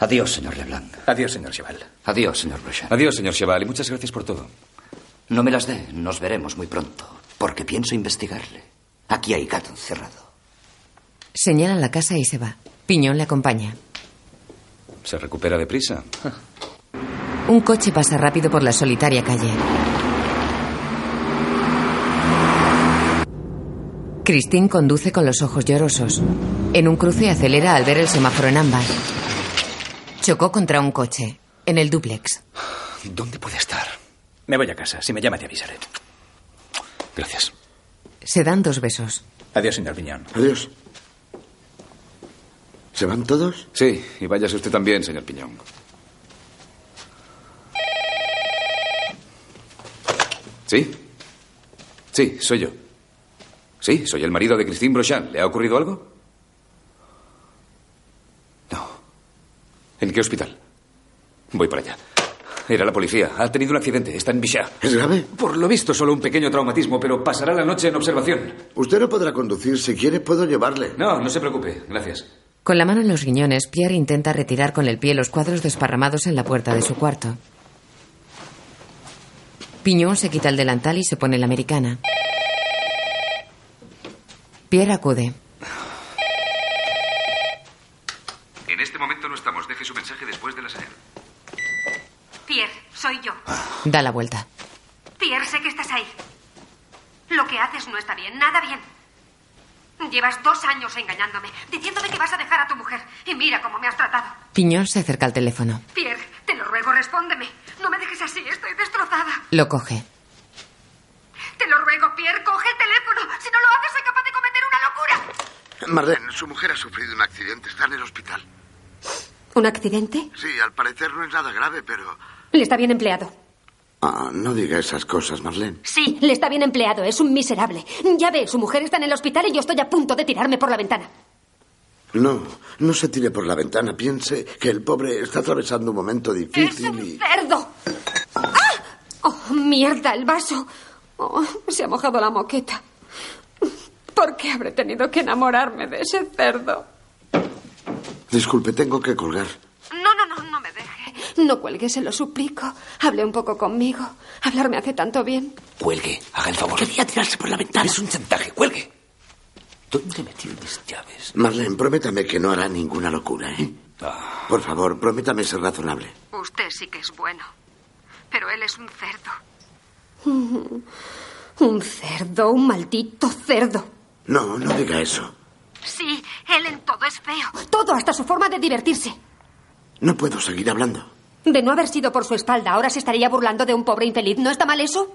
Speaker 18: Adiós, señor Leblanc.
Speaker 17: Adiós, señor Cheval.
Speaker 18: Adiós, señor Bruchard.
Speaker 7: Adiós, señor Cheval, y muchas gracias por todo.
Speaker 18: No me las dé. Nos veremos muy pronto, porque pienso investigarle. Aquí hay gato encerrado.
Speaker 2: Señala la casa y se va. Piñón le acompaña.
Speaker 7: Se recupera deprisa.
Speaker 2: Un coche pasa rápido por la solitaria calle. Christine conduce con los ojos llorosos. En un cruce acelera al ver el semáforo en ambas. Chocó contra un coche, en el dúplex.
Speaker 7: ¿Dónde puede estar?
Speaker 17: Me voy a casa. Si me llama, te avisaré.
Speaker 7: Gracias.
Speaker 2: Se dan dos besos.
Speaker 17: Adiós, señor Piñón.
Speaker 8: Adiós. ¿Se van todos?
Speaker 7: Sí, y váyase usted también, señor Piñón. ¿Sí? Sí, soy yo. Sí, soy el marido de Christine Brochamp. ¿Le ha ocurrido algo? No. ¿En qué hospital? Voy para allá. Era la policía. Ha tenido un accidente. Está en Bichat.
Speaker 8: ¿Es grave?
Speaker 7: Por lo visto, solo un pequeño traumatismo, pero pasará la noche en observación.
Speaker 8: Usted no podrá conducir. Si quiere, puedo llevarle.
Speaker 7: No, no se preocupe. Gracias.
Speaker 2: Con la mano en los riñones, Pierre intenta retirar con el pie los cuadros desparramados en la puerta de su cuarto. Piñón se quita el delantal y se pone la americana. Pierre acude.
Speaker 15: En este momento no estamos. Deje su mensaje después de la señal.
Speaker 14: Pierre, soy yo.
Speaker 2: Da la vuelta.
Speaker 14: Pierre, sé que estás ahí. Lo que haces no está bien, nada bien. Llevas dos años engañándome, diciéndome que vas a dejar a tu mujer. Y mira cómo me has tratado.
Speaker 2: Piñón se acerca al teléfono.
Speaker 14: Pierre, te lo ruego, respóndeme. No me dejes así, estoy destrozada.
Speaker 2: Lo coge.
Speaker 14: Te lo ruego, Pierre, coge el teléfono. Si no lo haces, soy capaz de cometer una locura.
Speaker 8: Marlene, su mujer ha sufrido un accidente. Está en el hospital.
Speaker 16: ¿Un accidente?
Speaker 8: Sí, al parecer no es nada grave, pero...
Speaker 16: Le está bien empleado.
Speaker 8: Ah, no diga esas cosas, Marlene.
Speaker 16: Sí, le está bien empleado. Es un miserable. Ya ve, su mujer está en el hospital y yo estoy a punto de tirarme por la ventana.
Speaker 8: No, no se tire por la ventana. Piense que el pobre está atravesando un momento
Speaker 14: ¡Es
Speaker 8: difícil
Speaker 14: un
Speaker 8: y...
Speaker 14: cerdo!
Speaker 16: ¡Ah! ¡Oh, mierda, el vaso! Oh, se ha mojado la moqueta. ¿Por qué habré tenido que enamorarme de ese cerdo?
Speaker 8: Disculpe, tengo que colgar.
Speaker 14: No, no, no, no me dejes.
Speaker 16: No cuelgue, se lo suplico. Hable un poco conmigo. Hablarme hace tanto bien.
Speaker 18: Cuelgue, haga el favor.
Speaker 19: Quería tirarse por la ventana.
Speaker 18: Es un chantaje, cuelgue. ¿Dónde metió mis llaves?
Speaker 8: Marlene, prométame que no hará ninguna locura, ¿eh?
Speaker 7: Ah.
Speaker 8: Por favor, prométame ser razonable.
Speaker 14: Usted sí que es bueno. Pero él es un cerdo.
Speaker 16: Un cerdo, un maldito cerdo.
Speaker 8: No, no diga eso.
Speaker 14: Sí, él en todo es feo.
Speaker 16: Todo hasta su forma de divertirse.
Speaker 8: No puedo seguir hablando.
Speaker 16: De no haber sido por su espalda, ahora se estaría burlando de un pobre infeliz. ¿No está mal eso?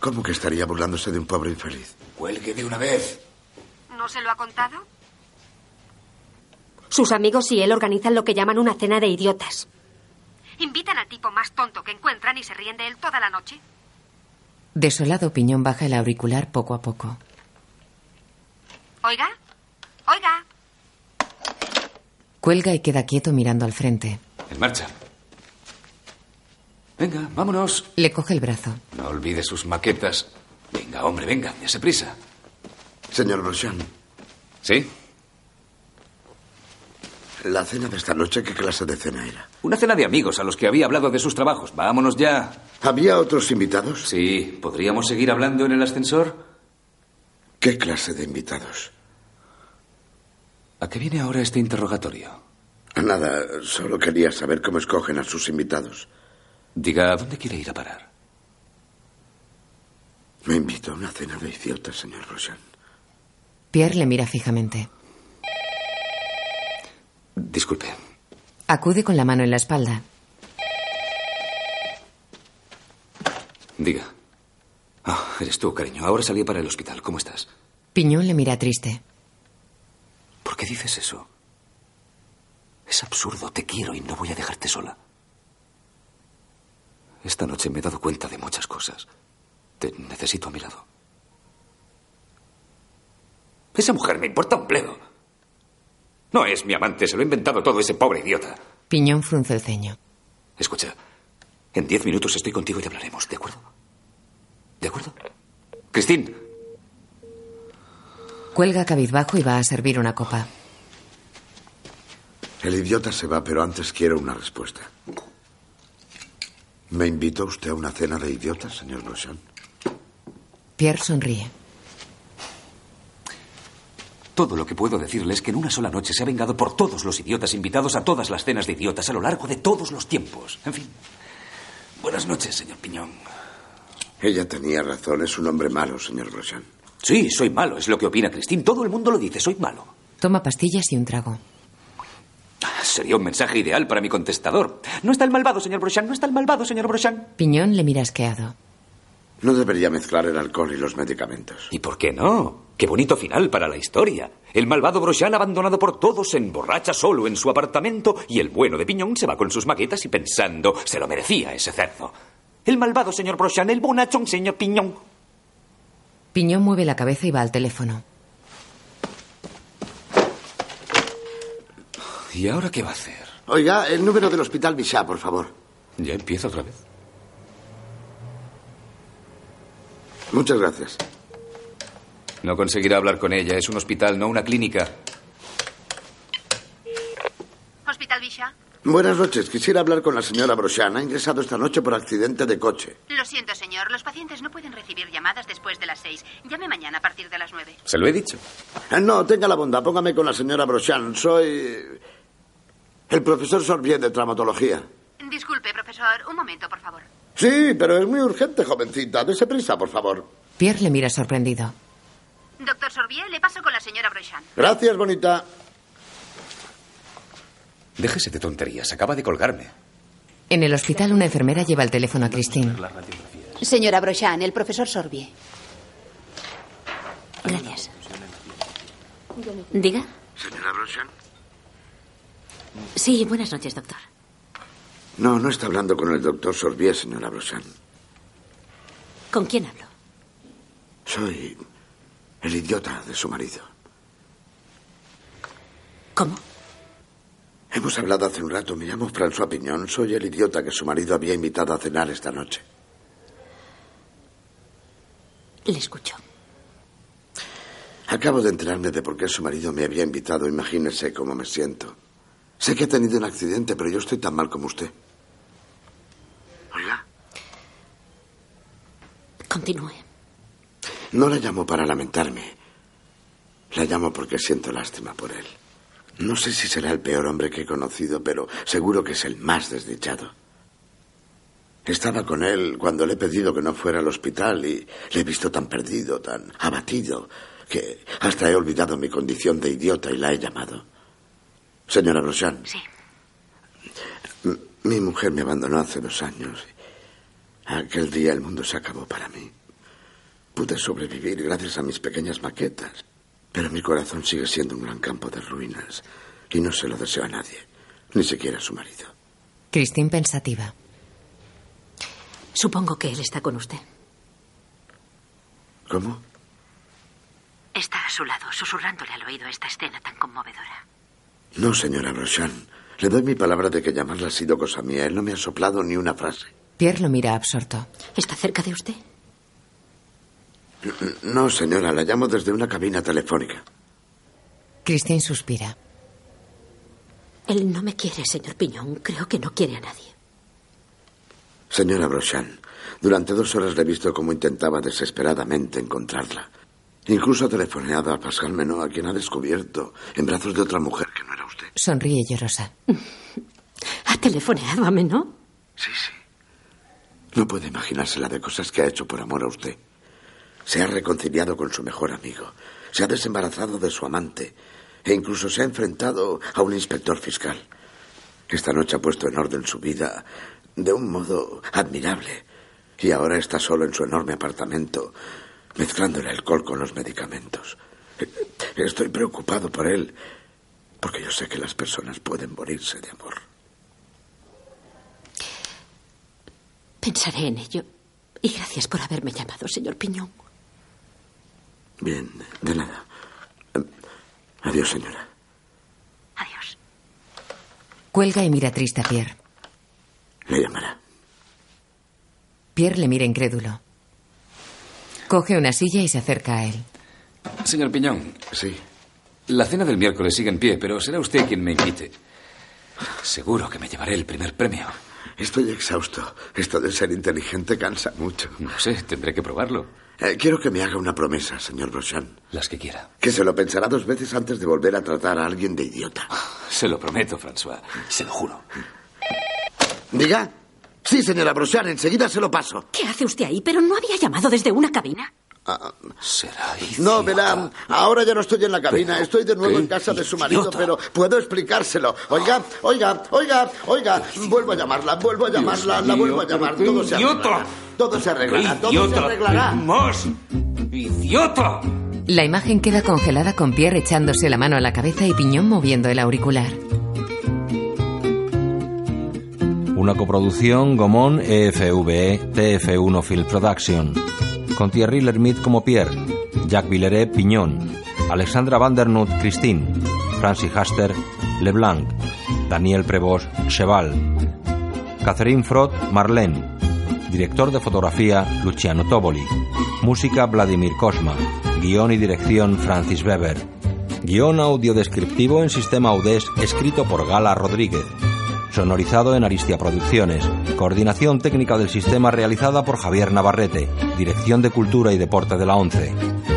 Speaker 8: ¿Cómo que estaría burlándose de un pobre infeliz?
Speaker 19: Cuelgue de una vez.
Speaker 14: ¿No se lo ha contado?
Speaker 16: Sus amigos y él organizan lo que llaman una cena de idiotas.
Speaker 14: Invitan al tipo más tonto que encuentran y se ríen de él toda la noche.
Speaker 2: Desolado, Piñón baja el auricular poco a poco.
Speaker 14: Oiga, oiga.
Speaker 2: Cuelga y queda quieto mirando al frente.
Speaker 7: En marcha. Venga, vámonos.
Speaker 2: Le coge el brazo.
Speaker 7: No olvide sus maquetas. Venga, hombre, venga, dése prisa.
Speaker 8: Señor Brochamp,
Speaker 7: ¿Sí?
Speaker 8: la cena de esta noche, ¿qué clase de cena era?
Speaker 7: Una cena de amigos a los que había hablado de sus trabajos. Vámonos ya.
Speaker 8: ¿Había otros invitados?
Speaker 7: Sí, ¿podríamos seguir hablando en el ascensor?
Speaker 8: ¿Qué clase de invitados?
Speaker 7: ¿A qué viene ahora este interrogatorio?
Speaker 8: Ah, Nada, solo quería saber cómo escogen a sus invitados.
Speaker 7: Diga, ¿a dónde quiere ir a parar?
Speaker 8: Me invitó a una cena de idiotas, señor Roshan.
Speaker 2: Pierre le mira fijamente.
Speaker 7: Disculpe.
Speaker 2: Acude con la mano en la espalda.
Speaker 7: Diga. Ah, eres tú, cariño. Ahora salí para el hospital. ¿Cómo estás?
Speaker 2: Piñón le mira triste.
Speaker 7: ¿Por qué dices eso? Es absurdo. Te quiero y no voy a dejarte sola. Esta noche me he dado cuenta de muchas cosas. Te necesito a mi lado. Esa mujer me importa un pledo. No es mi amante, se lo ha inventado todo ese pobre idiota.
Speaker 2: Piñón frunce el ceño.
Speaker 7: Escucha, en diez minutos estoy contigo y hablaremos, ¿de acuerdo? ¿De acuerdo? Cristín,
Speaker 2: Cuelga cabizbajo y va a servir una copa.
Speaker 8: El idiota se va, pero antes quiero una respuesta. ¿Me invitó usted a una cena de idiotas, señor Lucian?
Speaker 2: Pierre sonríe.
Speaker 7: Todo lo que puedo decirle es que en una sola noche se ha vengado por todos los idiotas invitados a todas las cenas de idiotas a lo largo de todos los tiempos. En fin. Buenas noches, señor Piñón.
Speaker 8: Ella tenía razón, es un hombre malo, señor Grosjean.
Speaker 7: Sí, soy malo, es lo que opina Cristín. Todo el mundo lo dice, soy malo.
Speaker 2: Toma pastillas y un trago.
Speaker 7: Sería un mensaje ideal para mi contestador. No está el malvado, señor Brochan, no está el malvado, señor Brochan.
Speaker 2: Piñón le mira asqueado.
Speaker 8: No debería mezclar el alcohol y los medicamentos.
Speaker 7: ¿Y por qué no? Qué bonito final para la historia. El malvado Brochan abandonado por todos se emborracha solo en su apartamento y el bueno de Piñón se va con sus maquetas y pensando, se lo merecía ese cerdo. El malvado señor Brochan, el bonachón señor Piñón.
Speaker 2: Piñón mueve la cabeza y va al teléfono.
Speaker 7: ¿Y ahora qué va a hacer?
Speaker 8: Oiga, el número del hospital Bichat, por favor.
Speaker 7: ¿Ya empieza otra vez?
Speaker 8: Muchas gracias.
Speaker 7: No conseguirá hablar con ella. Es un hospital, no una clínica.
Speaker 14: Hospital Villa.
Speaker 8: Buenas noches. Quisiera hablar con la señora Brochan. Ha ingresado esta noche por accidente de coche.
Speaker 14: Lo siento, señor. Los pacientes no pueden recibir llamadas después de las seis. Llame mañana a partir de las nueve.
Speaker 7: Se lo he dicho.
Speaker 8: Eh, No, tenga la bondad. Póngame con la señora Brochan. Soy. El profesor Sorbier de traumatología.
Speaker 14: Disculpe, profesor. Un momento, por favor.
Speaker 8: Sí, pero es muy urgente, jovencita. Dese prisa, por favor.
Speaker 2: Pierre le mira sorprendido.
Speaker 14: Doctor Sorbier, le paso con la señora Brochan.
Speaker 8: Gracias, bonita.
Speaker 7: Déjese de tonterías. Acaba de colgarme.
Speaker 2: En el hospital, una enfermera lleva el teléfono a Christine.
Speaker 20: Señora Brochan, el profesor Sorbier. Gracias. Diga.
Speaker 8: ¿Señora Brochan?
Speaker 20: Sí, buenas noches, doctor.
Speaker 8: No, no está hablando con el doctor Sorbier, señora Brochan.
Speaker 20: ¿Con quién hablo?
Speaker 8: Soy el idiota de su marido.
Speaker 20: ¿Cómo?
Speaker 8: Hemos hablado hace un rato. Me llamo François Piñón. Soy el idiota que su marido había invitado a cenar esta noche.
Speaker 20: Le escucho.
Speaker 8: Acabo de enterarme de por qué su marido me había invitado. Imagínese cómo me siento. Sé que he tenido un accidente, pero yo estoy tan mal como usted. Oiga.
Speaker 20: Continúe.
Speaker 8: No la llamo para lamentarme. La llamo porque siento lástima por él. No sé si será el peor hombre que he conocido, pero seguro que es el más desdichado. Estaba con él cuando le he pedido que no fuera al hospital y le he visto tan perdido, tan abatido, que hasta he olvidado mi condición de idiota y la he llamado. Señora Brochan.
Speaker 14: Sí.
Speaker 8: Mi mujer me abandonó hace dos años. Aquel día el mundo se acabó para mí. Pude sobrevivir gracias a mis pequeñas maquetas, pero mi corazón sigue siendo un gran campo de ruinas y no se lo deseo a nadie, ni siquiera a su marido.
Speaker 2: Christine pensativa.
Speaker 20: Supongo que él está con usted.
Speaker 8: ¿Cómo?
Speaker 14: Está a su lado, susurrándole al oído esta escena tan conmovedora.
Speaker 8: No, señora Brochan. Le doy mi palabra de que llamarla ha sido cosa mía. Él no me ha soplado ni una frase.
Speaker 2: Pierre lo mira absorto.
Speaker 20: ¿Está cerca de usted?
Speaker 8: No, señora, la llamo desde una cabina telefónica.
Speaker 2: Christine suspira.
Speaker 20: Él no me quiere, señor Piñón. Creo que no quiere a nadie.
Speaker 8: Señora Brochan, durante dos horas le he visto cómo intentaba desesperadamente encontrarla. Incluso ha telefoneado a Pascal Menó, a quien ha descubierto en brazos de otra mujer que no era usted.
Speaker 2: Sonríe llorosa.
Speaker 20: ¿Ha telefoneado a mí, no?
Speaker 8: No puede imaginarse la de cosas que ha hecho por amor a usted. Se ha reconciliado con su mejor amigo, se ha desembarazado de su amante e incluso se ha enfrentado a un inspector fiscal. Esta noche ha puesto en orden su vida de un modo admirable y ahora está solo en su enorme apartamento mezclando el alcohol con los medicamentos. Estoy preocupado por él porque yo sé que las personas pueden morirse de amor.
Speaker 20: Pensaré en ello. Y gracias por haberme llamado, señor Piñón.
Speaker 8: Bien, de nada. Eh, Adiós, señora.
Speaker 2: Cuelga y mira triste a Pierre.
Speaker 8: Le llamará.
Speaker 2: Pierre le mira incrédulo. Coge una silla y se acerca a él.
Speaker 7: Señor Piñón.
Speaker 8: Sí.
Speaker 7: La cena del miércoles sigue en pie, pero será usted quien me invite. Seguro que me llevaré el primer premio.
Speaker 8: Estoy exhausto. Esto de ser inteligente cansa mucho.
Speaker 7: No sé, tendré que probarlo.
Speaker 8: Eh, quiero que me haga una promesa, señor Brochan.
Speaker 7: Las que quiera.
Speaker 8: Que se lo pensará dos veces antes de volver a tratar a alguien de idiota.
Speaker 7: Ah, Se lo prometo, François. Se lo juro.
Speaker 8: Diga. Sí, señora Brochan, enseguida se lo paso.
Speaker 20: ¿Qué hace usted ahí? ¿Pero no había llamado desde una cabina?
Speaker 8: Ah,
Speaker 7: Será
Speaker 8: No, Belam, ahora ya no estoy en la cabina, estoy de nuevo en casa de su marido, pero puedo explicárselo. Oiga, oiga, oiga, oiga, vuelvo a llamarla, vuelvo a llamarla, la vuelvo a llamar, todo se arreglará. Todo se arreglará, todo se
Speaker 12: ¡Idiota!
Speaker 8: arreglará.
Speaker 12: ¡Mos! ¡Idiota!
Speaker 2: La imagen queda congelada con Pierre echándose la mano a la cabeza y Piñón moviendo el auricular.
Speaker 1: Una coproducción E Gomón EFVE TF1 Film Production. Con Thierry Lermit como Pierre, Jacques Villeret Piñón, Alexandra Vandernut Christine, Francis Haster Leblanc, Daniel Prevost Cheval, Catherine Frot Marlene, director de fotografía Luciano Toboli, música Vladimir Cosma, guión y dirección Francis Weber, guión audiodescriptivo en sistema Audes escrito por Gala Rodríguez. Sonorizado en Aristia Producciones. Coordinación técnica del sistema realizada por Javier Navarrete. Dirección de Cultura y Deporte de la ONCE.